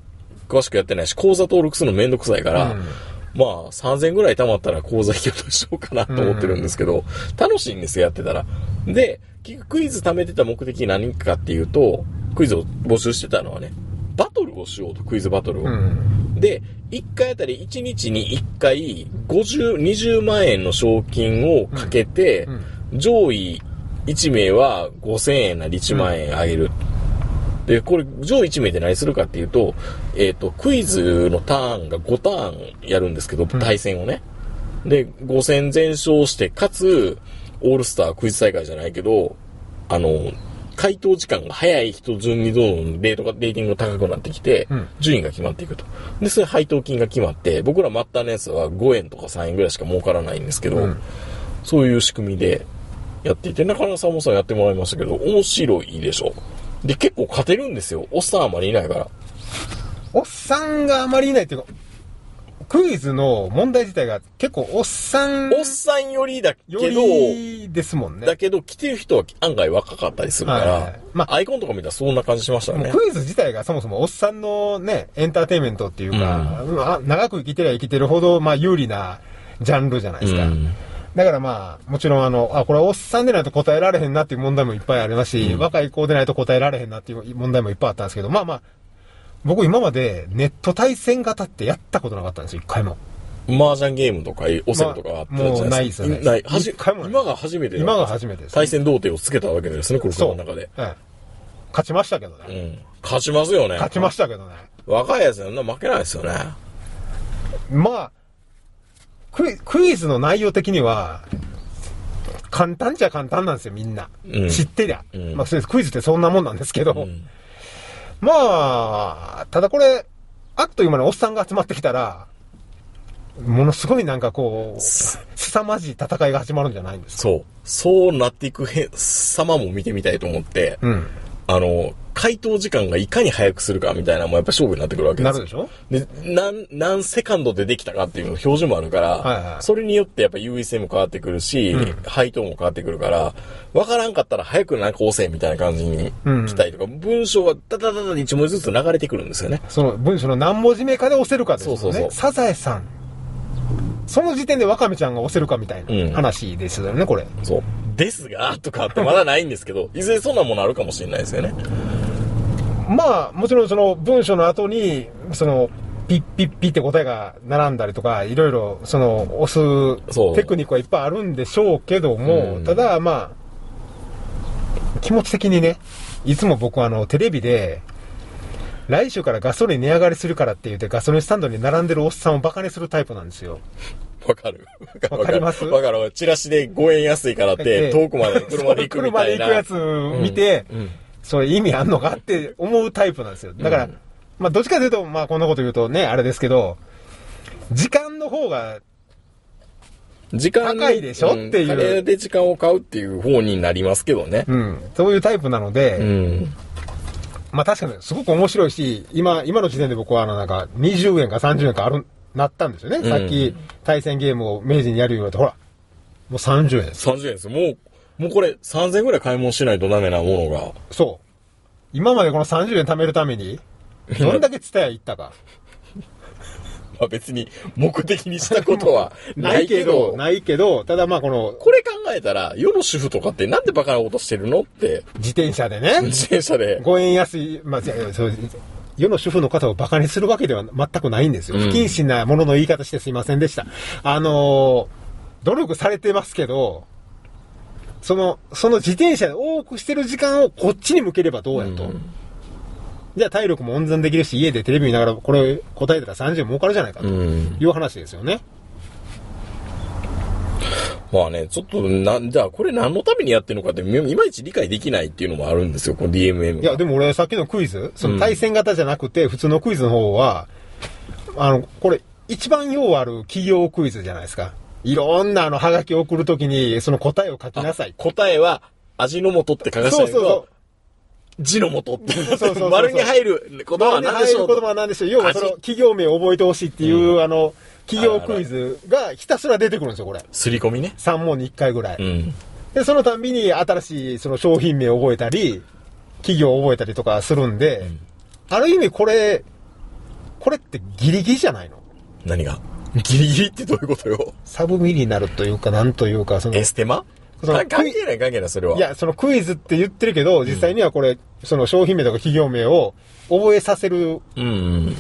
Speaker 2: 詳しくやってないし、口座登録するのめんどくさいから、
Speaker 3: うん
Speaker 2: まあ3000ぐらい貯まったら口座引き落としようかなと思ってるんですけど、楽しいんですよ、やってたら。で、結局クイズ貯めてた目的何かっていうと、クイズを募集してたのはね、バトルをしようと、クイズバトルを。
Speaker 3: うん。
Speaker 2: で、1回あたり1日に1回、50、20万円の賞金をかけて、
Speaker 3: うん
Speaker 2: 上位1名は5000円なり1万円あげる。で、これ、上位1名って何するかっていうと、えっ、と、クイズのターンが5ターンやるんですけど、対戦をね。で、5戦全勝して、かつ、オールスタークイズ大会じゃないけど、あの、回答時間が早い人順にどんどんレートが、レーティングが高くなってきて、
Speaker 3: うん
Speaker 2: 順位が決まっていくと。で、それ配当金が決まって、僕ら末端のやつは5円とか3円ぐらいしか儲からないんですけど、
Speaker 3: うん
Speaker 2: そういう仕組みでやっていて、中野さんもさんやってもらいましたけど、面白いでしょ。で、結構勝てるんですよ。おっさんあまりいないから。
Speaker 3: おっさんがあまりいないっていうか、クイズの問題自体が結構おっさん
Speaker 2: おっさんよりだけ
Speaker 3: よ
Speaker 2: ど、
Speaker 3: りですもんね。
Speaker 2: だけど、来てる人は案外若かったりするから、
Speaker 3: はいはいまあ
Speaker 2: アイコンとか見たらそんな感じしました
Speaker 3: もう
Speaker 2: ね。
Speaker 3: クイズ自体がそもそもおっさんのね、エンターテインメントっていうか、まあ長く生きてりゃ生きてるほど、まあ有利なジャンルじゃないです
Speaker 2: う
Speaker 3: か。
Speaker 2: ん
Speaker 3: だからまあ、もちろんあの、あ、これはおっさんでないと答えられへんなっていう問題もいっぱいありますし、若い子でないと答えられへんなっていう問題もいっぱいあったんですけど、まあまあ、僕今までネット対戦型ってやったことなかったんですよ、一回も。
Speaker 2: 麻雀ゲームとか、オセロとかあったじゃ
Speaker 3: もう
Speaker 2: な
Speaker 3: ないい
Speaker 2: で
Speaker 3: ですす
Speaker 2: か。
Speaker 3: よね
Speaker 2: ないはじ
Speaker 3: 一回もない
Speaker 2: 今が初めてだ
Speaker 3: 今が初めてです
Speaker 2: 対戦童貞をつけたわけですね、これ、こ
Speaker 3: そ
Speaker 2: の中で。
Speaker 3: ええ勝ちましたけどね。
Speaker 2: うん。勝ちますよね。
Speaker 3: 勝ちましたけどね。
Speaker 2: 若いやつなんな負けないですよね。
Speaker 3: まあ、クイクイズの内容的には、簡単じゃ簡単なんですよ、みんな。
Speaker 2: うん
Speaker 3: 知ってりゃ。
Speaker 2: うん
Speaker 3: まあ、そうですクイズってそんなもんなんですけど。
Speaker 2: うん。
Speaker 3: まあ、ただこれ、あっという間におっさんが集まってきたら、ものすごいなんかこう、すさまじい戦いが始まるんじゃないんですか。
Speaker 2: そう。そうなっていくへ様も見てみたいと思って、
Speaker 3: うん。
Speaker 2: あの、回答時間がいかに早くするかみたいなのもやっぱ勝負になってくるわけです
Speaker 3: な
Speaker 2: よ
Speaker 3: るでしょ
Speaker 2: で、何、何セカンドでできたかっていうの表示もあるから、
Speaker 3: はいはい
Speaker 2: それによってやっぱ優位性も変わってくるし、
Speaker 3: うん
Speaker 2: 配当も変わってくるから、わからんかったら早くなんか押せみたいな感じに
Speaker 3: うん
Speaker 2: 来たりとか、文章はダダダダ一文字ずつ流れてくるんですよね。
Speaker 3: その文章の何文字目かで押せるかですよね。
Speaker 2: そうそうそう
Speaker 3: サザエさん。その時点でワカメちゃんが押せるかみたい
Speaker 2: うん
Speaker 3: な話ですよね、これ。
Speaker 2: そう。ですが、とかってまだないんですけど、いずれそんなものあるかもしれないですよね。
Speaker 3: まあ、もちろんその文章の後に、その、ピッピッピって答えが並んだりとか、いろいろ、その、押
Speaker 2: そう
Speaker 3: すテクニックはいっぱいあるんでしょうけども、
Speaker 2: うん
Speaker 3: ただ、まあ、気持ち的にね、いつも僕はあの、テレビで、来週からガソリン値上がりするからって言って、ガソリンスタンドに並んでるおっさんをバカにするタイプなんですよ。
Speaker 2: わかる
Speaker 3: わかります
Speaker 2: わかる。チラシで5円安いからって、
Speaker 3: で
Speaker 2: 遠くまで車で行くみたいな。
Speaker 3: 車で行くやつ見て、
Speaker 2: うんうん
Speaker 3: それ意味あんのかって思うタイプなんですよ。だから、
Speaker 2: うん
Speaker 3: まあ、どっちかというと、まあ、こんなこと言うとね、あれですけど、時間の方が、
Speaker 2: 時間
Speaker 3: 高いでしょ
Speaker 2: ん
Speaker 3: っていう
Speaker 2: カレーで時間を買うっていう方になりますけどね。
Speaker 3: うん、そういうタイプなので、
Speaker 2: うん。
Speaker 3: まあ確かにすごく面白いし、今、今の時点で僕はあのなんか20円か30円かある、なったんですよね。さっき対戦ゲームを明治にやるようになって、ほら、もう30円です。
Speaker 2: 30円です。もう、もうこれ3000円ぐらい買い物しないとダメなものが。
Speaker 3: そう。今までこの30円貯めるために、どんだけツタヤ行ったか。
Speaker 2: まあ別に目的にしたことはないけど、
Speaker 3: ないけど、ただまあこの
Speaker 2: これ考えたら、世の主婦とかってなんでバカなことしてるのって、
Speaker 3: 自転車でね、
Speaker 2: 自転車で。
Speaker 3: 5円安い、まあ、じゃあそう世の主婦の方をバカにするわけでは全くないんですよ。
Speaker 2: うん
Speaker 3: 不謹慎なものの言い方してすいませんでした。あのー努力されてますけど、その、その自転車で多くしてる時間をこっちに向ければどうやと。
Speaker 2: うん
Speaker 3: じゃあ体力も温存できるし、家でテレビ見ながらこれ答えたら30円儲かるじゃないかと
Speaker 2: うん
Speaker 3: いう話ですよね。
Speaker 2: まあね、ちょっとな、じゃあこれ何のためにやってるのかって、みいまいち理解できないっていうのもあるんですよ、この DMM
Speaker 3: いや、
Speaker 2: が。
Speaker 3: でも俺さっきのクイズ、そ
Speaker 2: うん
Speaker 3: の対戦型じゃなくて、普通のクイズの方は、あの、これ、一番用ある企業クイズじゃないですか。いろんなあの、ハガキ送るときに、その答えを書きなさい。
Speaker 2: 答えは、味の素って書かせ
Speaker 3: そう
Speaker 2: る
Speaker 3: そうそ
Speaker 2: と
Speaker 3: う、。
Speaker 2: 字の素って。
Speaker 3: そうそうそう
Speaker 2: 丸に入る言葉は何でしょう
Speaker 3: 言葉は何でしょう要はその
Speaker 2: 味
Speaker 3: 企業名を覚えてほしいっていう、
Speaker 2: う
Speaker 3: あの、企業クイズがひたすら出てくるんですよ、これ。
Speaker 2: すり込みね。
Speaker 3: 3問に1回ぐらい。
Speaker 2: うん。
Speaker 3: で、そのたんびに新しいその商品名を覚えたり、企業を覚えたりとかするんで、ある意味これ、これってギリギリじゃないの
Speaker 2: 何 がギリギリってどういうことよ
Speaker 3: サブミリになるというか、なんというか、その、
Speaker 2: エ
Speaker 3: い
Speaker 2: ステマ
Speaker 3: その
Speaker 2: あ関係ない関係ない、それは。
Speaker 3: や、そのクイズって言ってるけど、実際にはこれ、その商品名とか企業名を覚えさせる
Speaker 2: うんうん。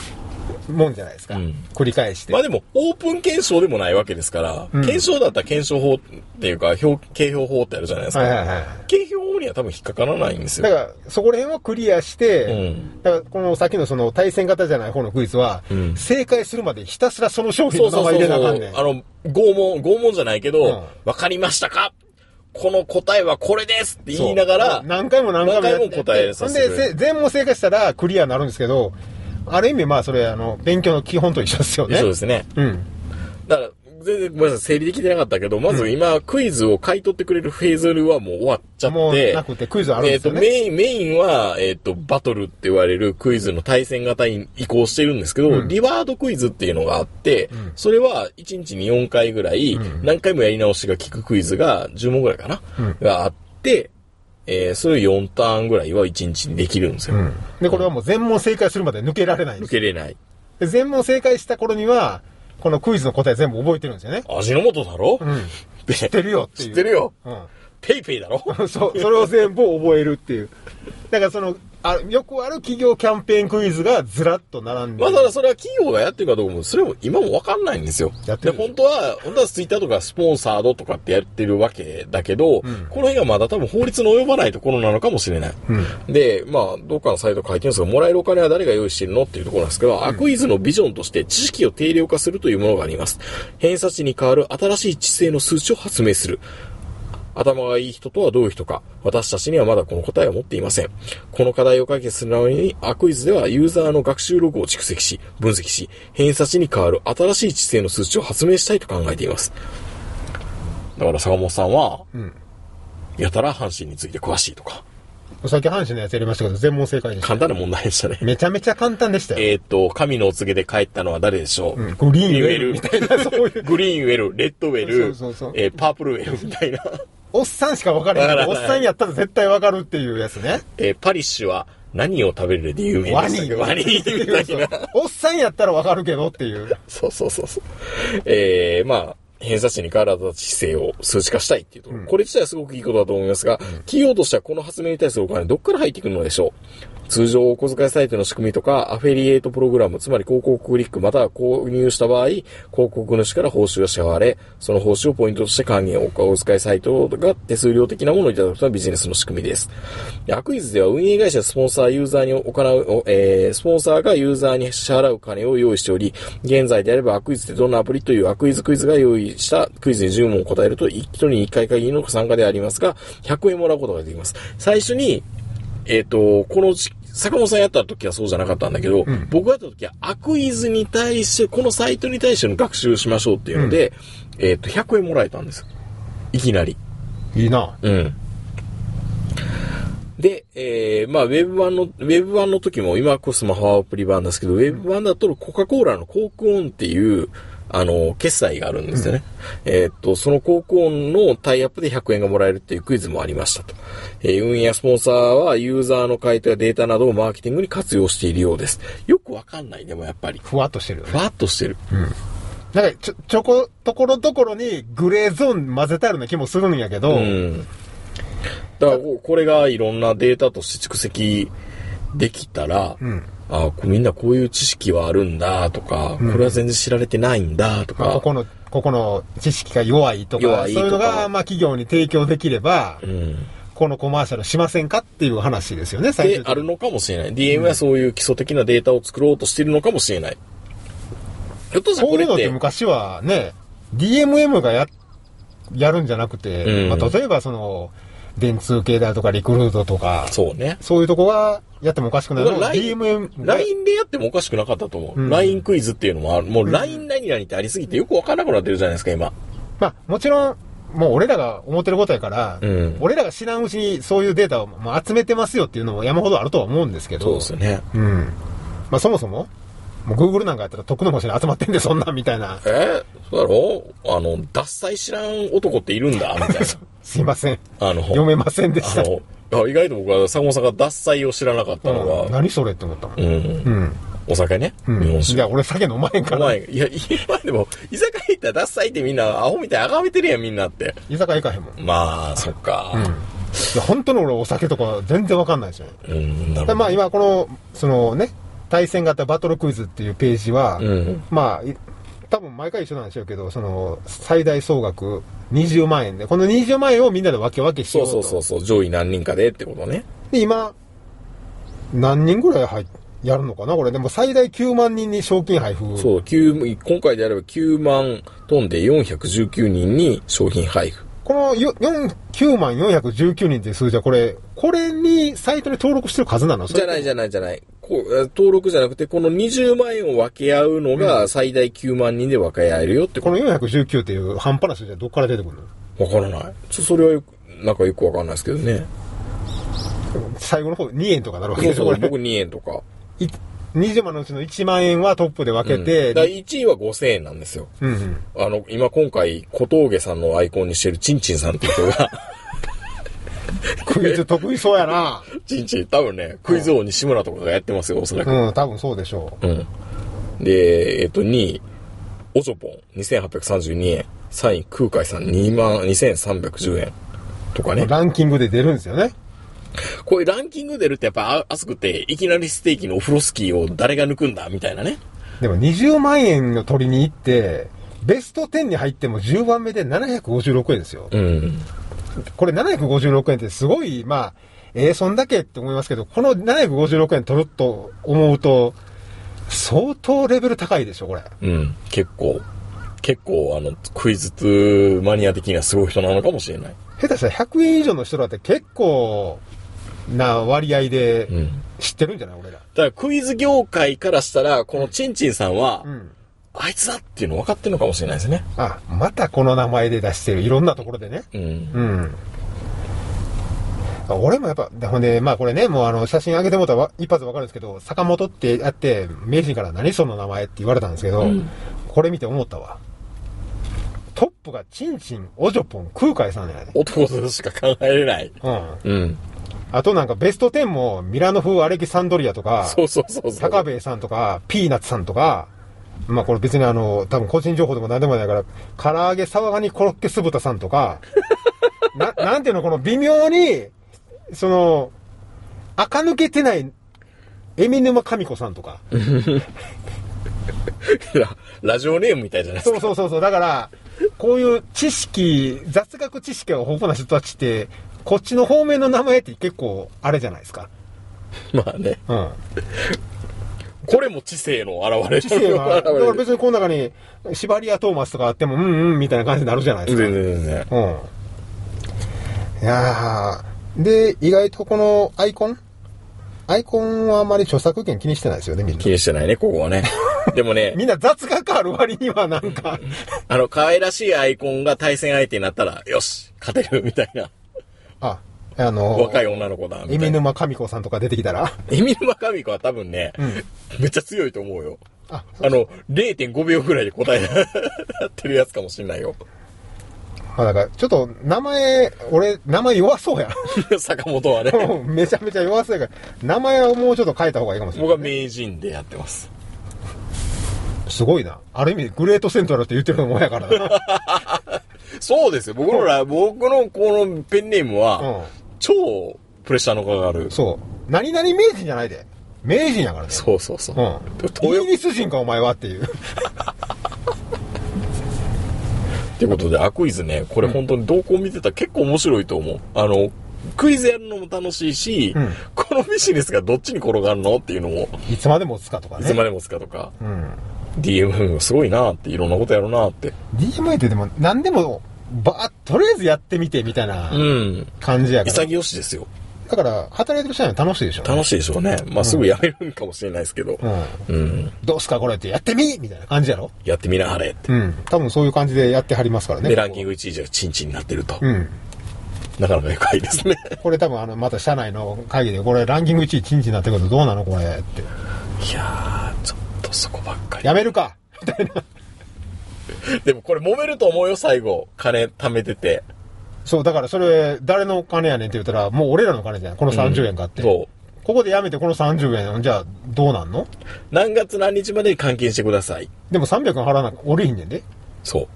Speaker 3: もんじゃないですか。
Speaker 2: うん
Speaker 3: 繰り返して。
Speaker 2: まあでも、オープン検証でもないわけですから、
Speaker 3: うん
Speaker 2: 検証だったら検証法っていうか、評警評法ってあるじゃないですか。
Speaker 3: はいはいはい。
Speaker 2: 検評法には多分引っかからないんです
Speaker 3: だか
Speaker 2: よ。
Speaker 3: ら、そこら辺をクリアして、
Speaker 2: うん
Speaker 3: だから、この先のその対戦型じゃない方のクイズは、
Speaker 2: うん
Speaker 3: 正解するまでひたすらその商品
Speaker 2: そ
Speaker 3: の
Speaker 2: うそ
Speaker 3: 名
Speaker 2: うそ
Speaker 3: 前
Speaker 2: う
Speaker 3: 入れ
Speaker 2: そ
Speaker 3: なあ
Speaker 2: う。あ
Speaker 3: かんねん。
Speaker 2: の、拷問、拷問じゃないけど、
Speaker 3: うん
Speaker 2: わ、かりましたかこの答えはこれですって言いながら、
Speaker 3: 何回も何回もやって
Speaker 2: 何回も答えさせる
Speaker 3: ほんでせ全問正解したらクリアになるんですけど、ある意味まあそれ、あの、勉強の基本と一緒ですよね。
Speaker 2: そうですね。
Speaker 3: うん。
Speaker 2: だから、全然ごめんなさい、整理できてなかったけど、まず今、クイズを買い取ってくれるフェーズルはもう終わっちゃって。
Speaker 3: もうなくてクイズあるんですよね
Speaker 2: えっ、と、メイン、メインは、えっ、と、バトルって言われるクイズの対戦型に移行してるんですけど、
Speaker 3: うん
Speaker 2: リワードクイズっていうのがあって、それは1日に4回ぐらい、
Speaker 3: ん
Speaker 2: 何回もやり直しが効くクイズが10問ぐらいかな、
Speaker 3: うん
Speaker 2: があって、えーそれを4ターンぐらいは1日にできるんですよ。
Speaker 3: うん。で、これはもう全問正解するまで抜けられないんで
Speaker 2: 抜
Speaker 3: すよ
Speaker 2: けれない。
Speaker 3: で全問正解した頃には、このクイズの答え全部覚えてるんですよね。
Speaker 2: 味の素だろ、
Speaker 3: うん。
Speaker 2: で知
Speaker 3: 知ってるよっていう。
Speaker 2: ってるよ。
Speaker 3: うん。
Speaker 2: ペイペイだろ
Speaker 3: そう、それを全部覚えるっていう。だからその、あよくある企業キャンペーンクイズがずらっと並んで
Speaker 2: まあ
Speaker 3: る。
Speaker 2: だからそれは企業がやってるかどうかも、それも今もわかんないんですよ。
Speaker 3: やってる
Speaker 2: で、本当は、本当はツイッターとかスポンサードとかってやってるわけだけど、この辺がまだ多分法律の及ばないところなのかもしれない。で、まあ、どっかのサイト書いてるんですが、もらえるお金は誰が用意してるのっていうところなんですけど、アクイズのビジョンとして知識を定量化するというものがあります。偏差値に代わる新しい知性の数値を発明する。頭がいい人とはどういう人か。私たちにはまだこの答えを持っていません。この課題を解決するために、アクイズではユーザーの学習ログを蓄積し、分析し、偏差値に代わる新しい知性の数値を発明したいと考えています。だから坂本さんは、
Speaker 3: ん
Speaker 2: やたら阪神について詳しいとか、
Speaker 3: さっき阪神のやつやりましたけど、全問正解でした。
Speaker 2: 簡単な問題でしたね。
Speaker 3: めちゃめちゃ簡単でしたよ。
Speaker 2: えっ、と、神のお告げで帰ったのは誰でしょう、
Speaker 3: うんグリーンウェル
Speaker 2: グリ
Speaker 3: みたいな、そういう
Speaker 2: グリーンウェル、レッドウェル、
Speaker 3: そうそうそう
Speaker 2: えーパープルウェルみたいな。
Speaker 3: おっさんしか分からへんけど、お
Speaker 2: わ
Speaker 3: っ
Speaker 2: からない
Speaker 3: さんやったら絶対分かるっていうやつね。
Speaker 2: えーパリッシュは何を食べるで有名
Speaker 3: ワ
Speaker 2: で
Speaker 3: ニ
Speaker 2: したっけ
Speaker 3: ー。
Speaker 2: ワニみたいな。
Speaker 3: おっさんやったら分かるけどっていう。
Speaker 2: そうそうそうそう。えー、まあ、偏差値に変わらず姿勢を数値化したいっていうところ。これ自体はすごくいいことだと思いますが、企業としてはこの発明に対するお金どっから入ってくるのでしょう通常お小遣いサイトの仕組みとか、アフィリエイトプログラム、つまり広告クリックまたは購入した場合、広告主から報酬が支払われ、その報酬をポイントとして還元をお小遣いサイトが手数料的なものをいただくというのはビジネスの仕組みです。でアクイズでは運営会社やスポンサー、ユーザーにお金を、えースポンサーがユーザーに支払う金を用意しており、現在であればアクイズってどんなアプリというアクイズクイズが用意したクイズに10問を答えると、1人に1回限りの参加でありますが、100円もらうことができます。最初に、えっ、と、このじ坂本さんやった時はそうじゃなかったんだけど、僕がやった時はアクイズに対して、このサイトに対しての学習をしましょうっていうので、えっ、と、100円もらえたんですよ。いきなり。
Speaker 3: いいな。
Speaker 2: うん。で、えー、まあ、ウェブ版の、ウェブ版の時も、今こそスマホアプリ版ですけど、ウェブ版だとコカ・コーラのコークオンっていう、あの、決済があるんですよね。えーっと、そのコークオンのタイアップで100円がもらえるっていうクイズもありましたと。えー運営やスポンサーはユーザーの回答やデータなどをマーケティングに活用しているようです。よくわかんない、でもやっぱり。
Speaker 3: ふわっとしてるよ
Speaker 2: ふ
Speaker 3: ね。
Speaker 2: わっとしてる。
Speaker 3: なんか、ちょ、ちょこ、ところどころにグレーゾーン混ぜたような気もするんやけど、
Speaker 2: うん。だからこう、これがいろんなデータとして蓄積できたら、
Speaker 3: ん
Speaker 2: あこうみんなこういう知識はあるんだとか、これは全然知られてないんだとか、
Speaker 3: ここの、ここの知識が弱いとか、
Speaker 2: 弱いとか
Speaker 3: そういうのが、まあ企業に提供できれば、
Speaker 2: うん。
Speaker 3: このコマーシャルしませんかっていう話ですよね、最
Speaker 2: で
Speaker 3: 初、
Speaker 2: あるのかもしれない。DM はそういう基礎的なデータを作ろうとしているのかもしれない。ひょっとしたら
Speaker 3: こ
Speaker 2: こ
Speaker 3: う
Speaker 2: れ
Speaker 3: いうの
Speaker 2: っ
Speaker 3: って
Speaker 2: て、
Speaker 3: 昔はね、DMM がや、やるんじゃなくて、
Speaker 2: うん
Speaker 3: まあ例えばその、電通系だとかリクルートとか、
Speaker 2: そうね。
Speaker 3: そういうとこがやってもおかしくないの
Speaker 2: 僕は
Speaker 3: が
Speaker 2: LINE
Speaker 3: DMM が
Speaker 2: LINE でやってもおかしくなかったと思う。
Speaker 3: うん
Speaker 2: LINE クイズっていうのもある。もう LINE 何々ってありすぎてよくわからなくなってるじゃないですか、今。
Speaker 3: まあ、もちろん、もう俺らが思ってることやから、
Speaker 2: うん
Speaker 3: 俺らが知らんうちにそういうデータをもう集めてますよっていうのも山ほどあるとは思うんですけど、
Speaker 2: そうですよね。
Speaker 3: うん。まあ、そもそも、もう Google なんかやったらとっくの星に集まってんで、そんなんみたいな。
Speaker 2: えそうだろあの、脱菜知らん男っているんだみたい
Speaker 3: すいません。
Speaker 2: な。あの、
Speaker 3: 読めませんでし
Speaker 2: あ
Speaker 3: た。
Speaker 2: の、あ意外と僕は坂本さんが脱菜を知らなかったの
Speaker 3: うん
Speaker 2: が、
Speaker 3: 何それって思ったもん。
Speaker 2: うん、
Speaker 3: うん。
Speaker 2: お酒ね、
Speaker 3: うん。
Speaker 2: 日本
Speaker 3: い
Speaker 2: 酒。
Speaker 3: や、俺酒飲まへんか
Speaker 2: お
Speaker 3: ら。
Speaker 2: 前、いや、今でも、居酒屋行ったら脱菜ってみんな、アホみたいにあがめてるやん、みんなって。
Speaker 3: 居酒屋行かへんもん。うん。い
Speaker 2: まあ、そっか。
Speaker 3: や、本当の俺お酒とか全然わかんないですよね。
Speaker 2: うん、な
Speaker 3: た
Speaker 2: る
Speaker 3: だ
Speaker 2: ほど。
Speaker 3: まあ今この、そのね、対戦型バトルクイズっていうページは、
Speaker 2: うん。
Speaker 3: まあ、い多分毎回一緒なんでしょうけど、その、最大総額20万円で、この20万円をみんなで分け分けし
Speaker 2: そ
Speaker 3: よ
Speaker 2: う
Speaker 3: うと。
Speaker 2: そうそうそう、上位何人かでってことね。
Speaker 3: で、今、何人ぐらい入っやるのかなこれ、でも最大9万人に賞金配布。
Speaker 2: そう、9、今回であれば9万トンで419人に商品配布。
Speaker 3: このよ4 9万419人っていう数字は、これ、これに、サイトに登録してる数なの
Speaker 2: じゃないじ
Speaker 3: ゃ
Speaker 2: ゃないじゃない。こうえー登録じゃなくて、この20万円を分け合うのが最大9万人で分け合えるよって
Speaker 3: こ
Speaker 2: こ
Speaker 3: の419っていう半端な数字はどっから出てくるの
Speaker 2: と。わからない。ちょそれはよく、なんかよくわかんないですけどね。
Speaker 3: 最後の方2円とかなるわけ
Speaker 2: そう
Speaker 3: でしょ、
Speaker 2: そ
Speaker 3: こ
Speaker 2: う、
Speaker 3: れ。
Speaker 2: 僕2円とか。
Speaker 3: い20万のうちの1万円はトップで分けて、
Speaker 2: 第1位は5000円なんですよ。
Speaker 3: うんうん。
Speaker 2: あの、今今回、小峠さんのアイコンにしてるチンチンさんって人が、
Speaker 3: クイズ得意そうやな。
Speaker 2: チンチン、多分ね、クイズ王西村とかがやってますよ、おそらく。
Speaker 3: うん、多分そうでしょう。
Speaker 2: うん。で、えっと、2位、オジョポン、2832円。3位、空海さん、2万、2310円。とかね。
Speaker 3: ランキングで出るんですよね。
Speaker 2: こういうランキング出るってやっぱあ熱くて、いきなりステーキのオフロスキーを誰が抜くんだみたいなね。
Speaker 3: でも20万円の取りに行って、ベスト10に入っても10番目で756円ですよ。
Speaker 2: うん。
Speaker 3: これ756円ってすごい、まあ、ええそんだけって思いますけど、この756円取ると思うと、相当レベル高いでしょ、これ。
Speaker 2: うん。結構、結構あの、クイズ2マニア的にはすごい人なのかもしれない。
Speaker 3: 下手したら100円以上の人だって結構な割合で
Speaker 2: うん。
Speaker 3: 知ってるんじゃない俺ら。
Speaker 2: だからクイズ業界からしたら、このチンチンさんは、
Speaker 3: うん。
Speaker 2: あいつだっていうの分かってるのかもしれないですね。
Speaker 3: あ、またこの名前で出してる。いろんなところでね。
Speaker 2: うん。
Speaker 3: うん。俺もやっぱ、ほんで、まあこれね、もうあの、写真上げてもらったらわ一発わかるんですけど、坂本ってあって、名人から何その名前って言われたんですけど、これ見て思ったわ。トップがチンチン、オジョポン、空海さんじゃない
Speaker 2: 男としか考えれない。
Speaker 3: うん。
Speaker 2: うん。
Speaker 3: あとなんかベスト10も、ミラノ風アレキサンドリアとか、
Speaker 2: そうそうそうそう。
Speaker 3: 高兵衛さんとか、ピーナッツさんとか、まあこれ別にあの、多分個人情報でも何でもないから、唐揚げサワガニコロッケ酢豚さんとか、 な、なんていうの、この微妙に、その、垢抜けてない、エミヌマカミコさんとか。
Speaker 2: ララジオネームみたいじゃないです
Speaker 3: そ
Speaker 2: か。
Speaker 3: うそうそうそう。だから、こういう知識、雑学知識が豊富な人たちって、こっちの方面の名前って結構、あれじゃないですか。
Speaker 2: まあね。
Speaker 3: うん。
Speaker 2: これも知性の現れ
Speaker 3: 知性は、だか
Speaker 2: 現れ
Speaker 3: ら別にこの中に、シバリア・トーマスとかあっても、うんうん、みたいな感じになるじゃないです
Speaker 2: 全
Speaker 3: か。
Speaker 2: 然全然。
Speaker 3: うん。いやーで、意外とこのアイコンアイコンはあまり著作権気にしてないですよね、みんな
Speaker 2: 気。にしてないね、ここは ね。でもね
Speaker 3: み、んな雑学ある割にはな んか、
Speaker 2: あの、可愛らしいアイコンが対戦相手になったら、よし、勝てる、みたいな。
Speaker 3: あ、あの、
Speaker 2: 若い女の子だ、み
Speaker 3: エ
Speaker 2: た
Speaker 3: ミ
Speaker 2: いな。
Speaker 3: ヌマカミコさんとか出てきたら、
Speaker 2: エミヌマカミコは多分ね、めっちゃ強いと思うよ。
Speaker 3: あ、
Speaker 2: あの、0.5秒ぐらいで答えなってるやつかもしんないよ。
Speaker 3: まあだから、ちょっと、名前、俺、名前 弱そうや。
Speaker 2: 坂本はね、
Speaker 3: もうめちゃめちゃ弱そうやから、名前をもうちょっと変えた方がいいかもしれ
Speaker 2: 僕
Speaker 3: な、
Speaker 2: はい
Speaker 3: ね。
Speaker 2: 名人でやってます。
Speaker 3: すごいな。ある意味、グレートセントラルって言ってるのもんやから な。
Speaker 2: そうですよ。僕のら、僕のこのペンネーム
Speaker 3: うん
Speaker 2: は、超プレッシャーのかかる。
Speaker 3: そう。何々名人じゃないで。名人やからね。
Speaker 2: そうそうそう。
Speaker 3: う
Speaker 2: 東
Speaker 3: ん。イ
Speaker 2: 洋
Speaker 3: ギリス人か、お前はっていう。
Speaker 2: ってことで、アクイズね、これ本当に動向見てたら結構面白いと思う。あの、クイズやるのも楽しいし、
Speaker 3: うん
Speaker 2: このビジネスがどっちに転がるのっていうのも、
Speaker 3: いつまでもつかとか
Speaker 2: い
Speaker 3: ね。
Speaker 2: つまでもつかとか、
Speaker 3: うん。
Speaker 2: DM すごいなって、いろんなことやるなって。
Speaker 3: DMI ってでも、何でも、ば、とりあえずやってみて、みたいな
Speaker 2: うん。
Speaker 3: 感じやから。
Speaker 2: 潔しですよ。
Speaker 3: だから、働いてる人には楽しいでしょ。
Speaker 2: 楽しいでしょうね。まあ、すぐやめるんかもしれないですけど、
Speaker 3: うん。
Speaker 2: うん。
Speaker 3: どうすか、これって、やってみみたいな感じやろ。
Speaker 2: やってみなはれって。
Speaker 3: うん。多分そういう感じでやってはりますからね。
Speaker 2: で、ランキング1位じゃチンチンになってると。
Speaker 3: うん。
Speaker 2: なかなか愉快ですね。
Speaker 3: これ多分あの、また社内の会議で、これランキング1位チンチンになってくるとどうなのこれって。
Speaker 2: いやー、ちょっとそこばっかり。
Speaker 3: やめるか
Speaker 2: でもこれ揉めると思うよ、最後。金貯めてて。
Speaker 3: そう、だからそれ、誰の金やねんって言ったら、もう俺らの金じゃん。この30円買って。
Speaker 2: そう。
Speaker 3: ここでやめてこの30円、じゃあどうなんの
Speaker 2: 何月何日までに換金してください。
Speaker 3: でも300円払わなおりひんねんで。
Speaker 2: そう。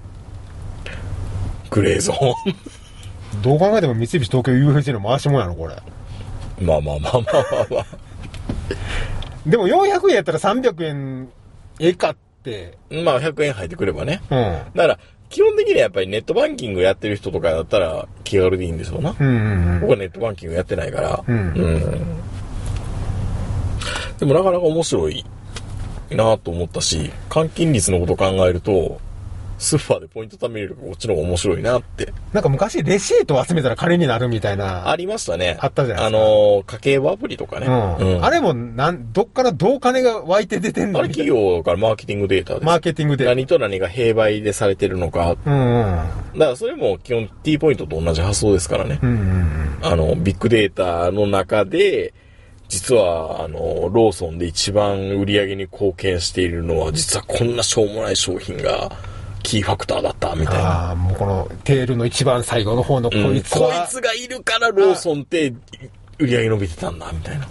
Speaker 2: グレーゾー
Speaker 3: どう考えても三菱東京 UFJ の回しもんやろ、これ。
Speaker 2: ン。 まあまあまあまあまあまあ。
Speaker 3: でも400円やったら300円、ええかって。
Speaker 2: まあ100円入ってくればね。
Speaker 3: うん。
Speaker 2: だから、基本的にはやっぱりネットバンキングやってる人とかだったら気軽でいいんでしょうな。
Speaker 3: うんうんうん。
Speaker 2: 僕はネットバンキングやってないから。
Speaker 3: うん
Speaker 2: んでもなかなか面白いなと思ったし、換金率のことを考えると、スーパーでポイント貯めれるこっちの方が面白いなって。
Speaker 3: なんか昔レシートを集めたら金になるみたいな。
Speaker 2: ありましたね。
Speaker 3: あったじゃない
Speaker 2: あ
Speaker 3: ですか
Speaker 2: のー、家計簿アプリとかね。
Speaker 3: うん
Speaker 2: あ
Speaker 3: あ
Speaker 2: れ
Speaker 3: れもなん、どっからどう金が湧いて出てん
Speaker 2: あ
Speaker 3: の
Speaker 2: れ
Speaker 3: みたい
Speaker 2: 企
Speaker 3: な
Speaker 2: 業からマーケティングデータです。
Speaker 3: マーケティングで。
Speaker 2: 何と何が併売でされてるのか。
Speaker 3: うんうん。
Speaker 2: だからそれも基本 T ポイントと同じ発想ですからね。
Speaker 3: うんうん
Speaker 2: あの、ビッグデータの中で、実は、あの、ローソンで一番売り上げに貢献しているのは、実はこんなしょうもない商品がキーファクターだった、みたいな。
Speaker 3: ああ、もうこのテールの一番最後の方のこ
Speaker 2: うん
Speaker 3: いつは、
Speaker 2: こいつがいるからローソンって売り上げ伸びてたんだ、みたいな。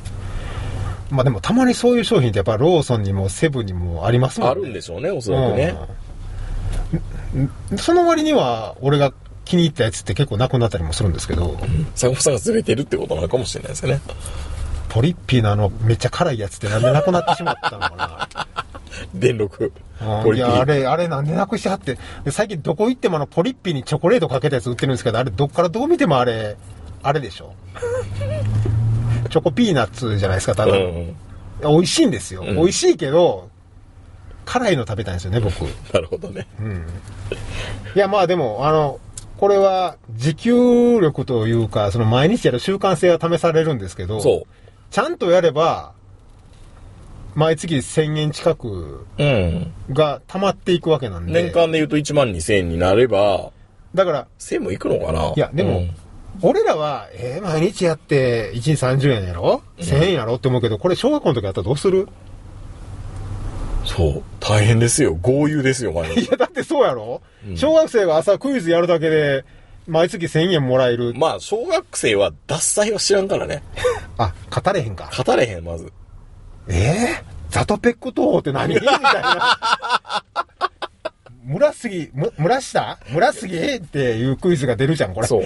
Speaker 3: まあでもたまにそういう商品ってやっぱローソンにもセブンにもありますもんね。
Speaker 2: あるんでしょうね、おそらくね。
Speaker 3: うん。んその割には俺が気に入ったやつって結構なくなったりもするんですけど、
Speaker 2: 坂本さんがずれてるってことなのかもしれないですよね。
Speaker 3: ポリッピーのあのめっちゃ辛いやつってなんでなくなってしまったのか
Speaker 2: 電力。
Speaker 3: な
Speaker 2: ポ
Speaker 3: うん。い
Speaker 2: リピ
Speaker 3: や、あれ、あれなんでなくしはって、で最近どこ行ってもあのポリッピーにチョコレートかけたやつ売ってるんですけど、あれどっからどう見てもあれ、あれで しょ。チョコピーナッツじゃないですか、た
Speaker 2: う
Speaker 3: だの。
Speaker 2: ん。
Speaker 3: 美味しいんですよ、
Speaker 2: ん
Speaker 3: 美味しいけど辛いの食べたいんですよね僕い
Speaker 2: なるほどね。
Speaker 3: やまあでもあのこれは持久力というかその毎日やる習慣性は試されるんですけど
Speaker 2: そ
Speaker 3: ちゃんとやれば毎月1000円近く
Speaker 2: う。うん。
Speaker 3: が溜まっていくわけなんで
Speaker 2: 年間で言うと1万2000円になれば、
Speaker 3: だから
Speaker 2: 1000もいくのかない
Speaker 3: いやでも、俺らは、えー毎日やって1日30円やろ1000円やろって思うけどこれ小学校の時やったらどうする
Speaker 2: そう。大変ですよ。豪遊ですよ、毎
Speaker 3: い
Speaker 2: 日。
Speaker 3: や、だってそうやろ、小学生が朝クイズやるだけで、毎月1000円もらえる。
Speaker 2: まあ、小学生は脱菜は知らんからね。
Speaker 3: あ、語れへんか。
Speaker 2: 語れへん、まず。
Speaker 3: ええザトペック投法って何みたいな。 村杉、む村下村杉っていうクイズが出るじゃん、これ。
Speaker 2: そう。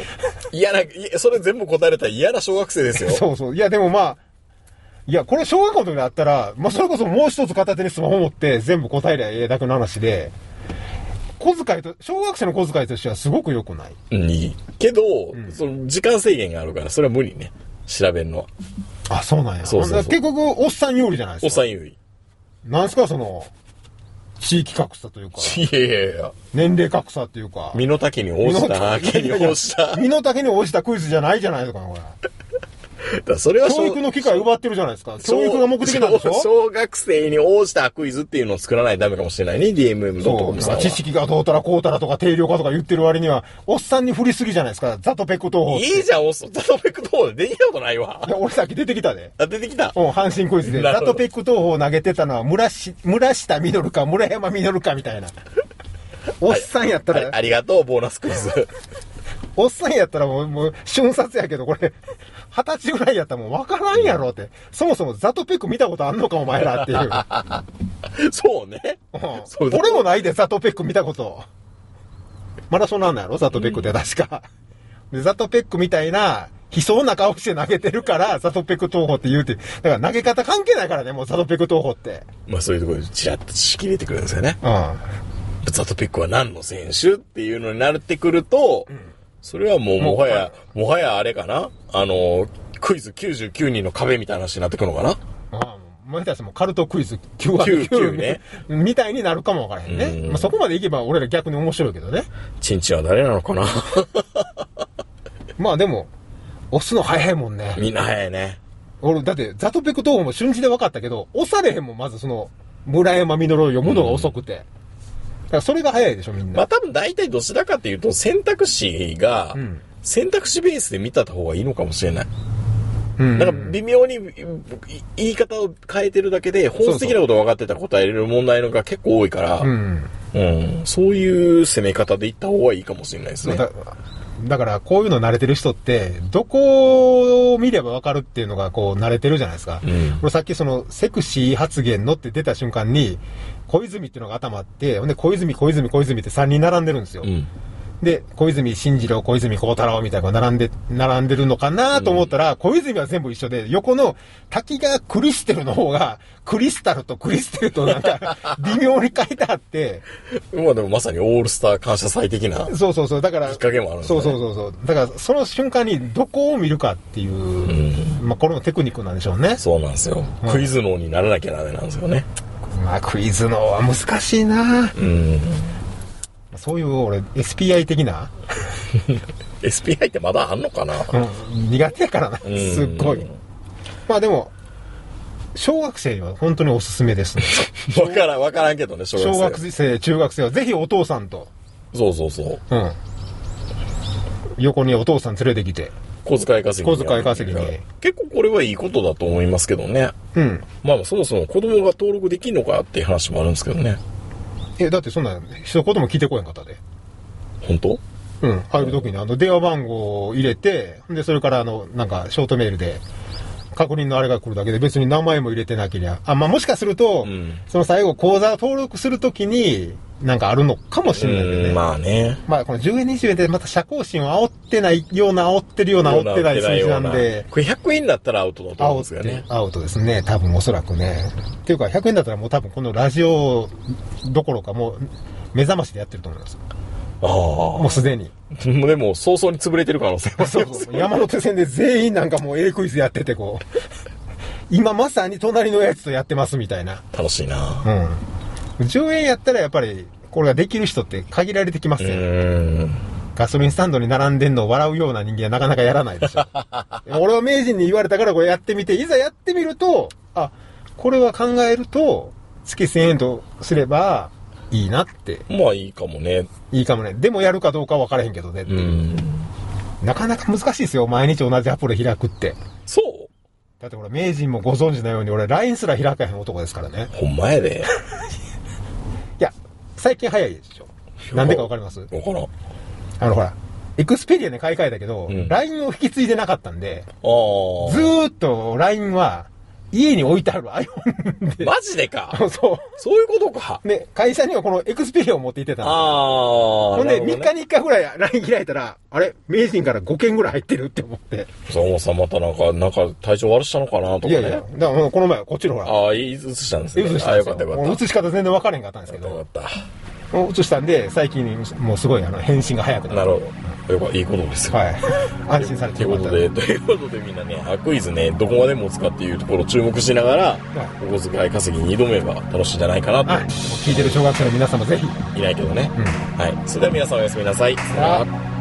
Speaker 2: 嫌な、いやそれ全部答えられたら嫌な小学生ですよ。
Speaker 3: そうそう。いや、でもまあ、いや、これ小学校の時にあったら、まあ、それこそもう一つ片手にスマホ持って全部答えりゃええだけの話で、小遣いと、小学生の小遣いとしてはすごく良くない。
Speaker 2: うんいい。けど、その時間制限があるから、それは無理ね。調べんのは。
Speaker 3: あ、そうなんや。
Speaker 2: そうそうそう
Speaker 3: だから結局、おっさん有利じゃないです
Speaker 2: お
Speaker 3: か。
Speaker 2: っさん優位。
Speaker 3: なんすかその、地域格差というか、
Speaker 2: いやいやいや。
Speaker 3: 年齢格差というか、
Speaker 2: 身の丈に応じた、毛に応じた。
Speaker 3: 身の丈に応じたクイズじゃないじゃないですか、これ。
Speaker 2: からそれは
Speaker 3: 教育の機会を奪ってるじゃないですか。教育が目的なんでしょ
Speaker 2: 小小学生に応じたクイズっていうのを作らないとダメかもしれないね、DMM ドットコ
Speaker 3: そう
Speaker 2: ムさんは。
Speaker 3: 知識がどうたらこうたらとか定量化とか言ってる割には、おっさんに振りすぎじゃないですか。ザトペック投法って。
Speaker 2: いいじゃん、おそ、ザトペックどうできたことないわ
Speaker 3: い。や俺さっき出てきたで。
Speaker 2: あ、出てきた。
Speaker 3: うん、阪神クイズで。
Speaker 2: なる
Speaker 3: ザ
Speaker 2: ほど
Speaker 3: トペック投法を投げてたのは村し、村下みのるか、村山みのるかみたいな。おっさんやった
Speaker 2: はい
Speaker 3: ら、
Speaker 2: ありがとう、ボーナスクイズ。
Speaker 3: おっさんやったらもう、もう、瞬殺やけど、これ、二十歳ぐらいやったらもう分からんやろって。そもそもザトペック見たことあんのか、お前らっていう。
Speaker 2: そうね。そ
Speaker 3: うん
Speaker 2: うだ
Speaker 3: 俺もないで、ザトペック見たこと。マラソンなんだやろザトペックって確か。でザトペックみたいな、悲壮な顔して投げてるから、ザトペック投法って言うって。だから投げ方関係ないからね、もうザトペック投法って。
Speaker 2: まあそういうところでチラッと仕切れてくるんですよね。
Speaker 3: うん。
Speaker 2: ザトペックは何の選手っていうのになってくると、それはもうもはや、もはやあれかなあの、クイズ99人の壁みたいな話になってくるのかな
Speaker 3: ああ、もう下手したらもうカルトクイズ9
Speaker 2: 九
Speaker 3: 割
Speaker 2: 九
Speaker 3: 9
Speaker 2: ね
Speaker 3: ね。みたいになるかもわからへんね
Speaker 2: う。ん
Speaker 3: まあ、そこまでいけば俺ら逆に面白いけどね。
Speaker 2: チンチンは誰なのかな
Speaker 3: まあでも、押すの早いもんね。
Speaker 2: みんな早いね。
Speaker 3: 俺、だって、ザトペック投法も瞬時で分かったけど、押されへんもん、まずその、村山実を読むのが遅くて。だからそれが早いでしょ、みん
Speaker 2: まあ
Speaker 3: な。
Speaker 2: 多分大体どちらかというと選択肢が
Speaker 3: うん、
Speaker 2: 選択肢ベースで見た方がいいのかもしれない。
Speaker 3: うん
Speaker 2: なんか微妙にい言い方を変えてるだけで、本質的なことを分かってたら答えれる問題のが結構多いから、
Speaker 3: うん。
Speaker 2: うんそういう攻め方でいった方がいいかもしれないですね。
Speaker 3: だだから、こういうの慣れてる人って、どこを見れば分かるっていうのが、こう、慣れてるじゃないですか。
Speaker 2: うん
Speaker 3: 俺さっきその、セクシー発言のって出た瞬間に、小泉っていうのが頭あって、ほんで、小泉、小泉、小泉って3人並んでるんですよ。
Speaker 2: うん
Speaker 3: で、小泉進次郎、小泉孝太郎みたいなのが並んで、並んでるのかなと思ったら、小泉は全部一緒で、横の滝がクリステルの方が、クリスタルとクリステルとなん か、微妙に書いてあって、
Speaker 2: まあでもまさにオールスター感謝祭的な。
Speaker 3: そうそうそう、だから、
Speaker 2: きっかけもあるんだね
Speaker 3: そうそうそうそう。だから、その瞬間にどこを見るかっていう、まあ、これもテクニックなんでしょうね。
Speaker 2: そうなんですよ。
Speaker 3: うん
Speaker 2: クイズ脳にならなきゃダメなんですよね。
Speaker 3: まあ、クイズのは難しいな
Speaker 2: うん。
Speaker 3: そういう、俺、SPI 的な、
Speaker 2: SPI ってまだあんの かな
Speaker 3: うん、苦手やからな、
Speaker 2: うん
Speaker 3: すっごい。まあ、でも、小学生には本当におすす めですね。
Speaker 2: わからん、わからんけどね、小学生。
Speaker 3: 小学生、中学生はぜひお父さんと、
Speaker 2: そうそうそう。
Speaker 3: うん。横にお父さん連れてきて、
Speaker 2: 小遣い稼ぎに
Speaker 3: 小遣い稼ぎに
Speaker 2: 結構これはいいことだと思いますけどね。
Speaker 3: うん。
Speaker 2: まあそもそも子供が登録できんのかっていう話もあるんですけどね。
Speaker 3: え、だってそんな、一言も聞いてこへんかったで。
Speaker 2: 本当
Speaker 3: うん、入るときにあの電話番号を入れて、で、それからあの、なんかショートメールで、確認のあれが来るだけで別に名前も入れてなけりゃ。あ、まあ、もしかすると、
Speaker 2: うん
Speaker 3: その最後口座登録するときに、なんかあるのかもしれないけどね。
Speaker 2: うん、まあね。
Speaker 3: まあ、この10円20円でまた社交心を煽ってないような、煽ってるような、煽ってない数字なんで、
Speaker 2: これ100円だったらアウトだと思うんです
Speaker 3: 煽
Speaker 2: よ
Speaker 3: っ
Speaker 2: ね
Speaker 3: て。、アウトですね。多分おそらくね。っていうか、100円だったらもう多分このラジオどころかもう、目覚ましでやってると思います。
Speaker 2: ああ。
Speaker 3: もうすでに。
Speaker 2: でも、早々に潰れてる可能性もあ
Speaker 3: そ
Speaker 2: り
Speaker 3: う
Speaker 2: ま
Speaker 3: そう
Speaker 2: す
Speaker 3: そう山手線で全員なんかもう A クイズやっててこう今まさに隣のやつとやってますみたいな
Speaker 2: 楽しいな
Speaker 3: うん10円やったらやっぱりこれができる人って限られてきます
Speaker 2: う
Speaker 3: よ、
Speaker 2: ーん。
Speaker 3: ガソリンスタンドに並んでんのを笑うような人間はなかなかやらないで しょ俺は名人に言われたからこれやってみていざやってみるとあこれは考えると月1000円とすればいいなって
Speaker 2: まあいいかもね。
Speaker 3: いいかもねでもやるかどうかは分からへんけどね、
Speaker 2: うん。
Speaker 3: なかなか難しいですよ毎日同じアプリ開くって
Speaker 2: そう
Speaker 3: だって俺、名人もご存知のように、俺、LINE すら開かへん男ですからね。
Speaker 2: ほんまやで。
Speaker 3: いや、最近早いでしょ。なんでかわかります
Speaker 2: わからん。あ
Speaker 3: あの、ほら、エクスペリアに買い替えたけど、
Speaker 2: うん
Speaker 3: LINE を引き継いでなかったんで、ず
Speaker 2: あ。
Speaker 3: ーっと LINE は、家に置いてある iPhone で、
Speaker 2: マジでか。
Speaker 3: そ
Speaker 2: そういうことか
Speaker 3: う。。で、会社にはこのエクスペリアを持って行ってたんですよ
Speaker 2: ああ。
Speaker 3: ほんで、
Speaker 2: なる
Speaker 3: 3
Speaker 2: ほどね。
Speaker 3: 日に1回ぐらい LINE 開いたら、あれ名人から5件ぐらい入ってるって思って。
Speaker 2: 坂本さんまたなんか、なんか体調悪したのかなとか
Speaker 3: い
Speaker 2: ね。
Speaker 3: やいや、だからもうこの前はこっちのほら、
Speaker 2: ああ、いい映したんですね。
Speaker 3: 映した
Speaker 2: あ
Speaker 3: ん
Speaker 2: あ、よ
Speaker 3: です
Speaker 2: かっ
Speaker 3: よ
Speaker 2: たよ
Speaker 3: も
Speaker 2: か
Speaker 3: う
Speaker 2: った。
Speaker 3: 映し方全然分からへんかったんですけど
Speaker 2: よ、かっ
Speaker 3: もう映したんで、最近もうすごいあの返信が早く
Speaker 2: た。
Speaker 3: な
Speaker 2: なる
Speaker 3: る。
Speaker 2: ほど。よかいいことですよ。
Speaker 3: はい。安心され
Speaker 2: と
Speaker 3: て
Speaker 2: い
Speaker 3: よ
Speaker 2: う
Speaker 3: か
Speaker 2: こ
Speaker 3: った
Speaker 2: とで、
Speaker 3: で
Speaker 2: ということでみんなね、あクイズね、どこまで持つかっていうところを注目しながら、
Speaker 3: い
Speaker 2: お小遣い稼ぎに挑めば楽しいんじゃないか
Speaker 3: あ
Speaker 2: な
Speaker 3: 聞いてる小学生の皆様ぜひ。
Speaker 2: と、いないけどね。はい。それでは皆さんおやすみなさい。さよなら
Speaker 3: あ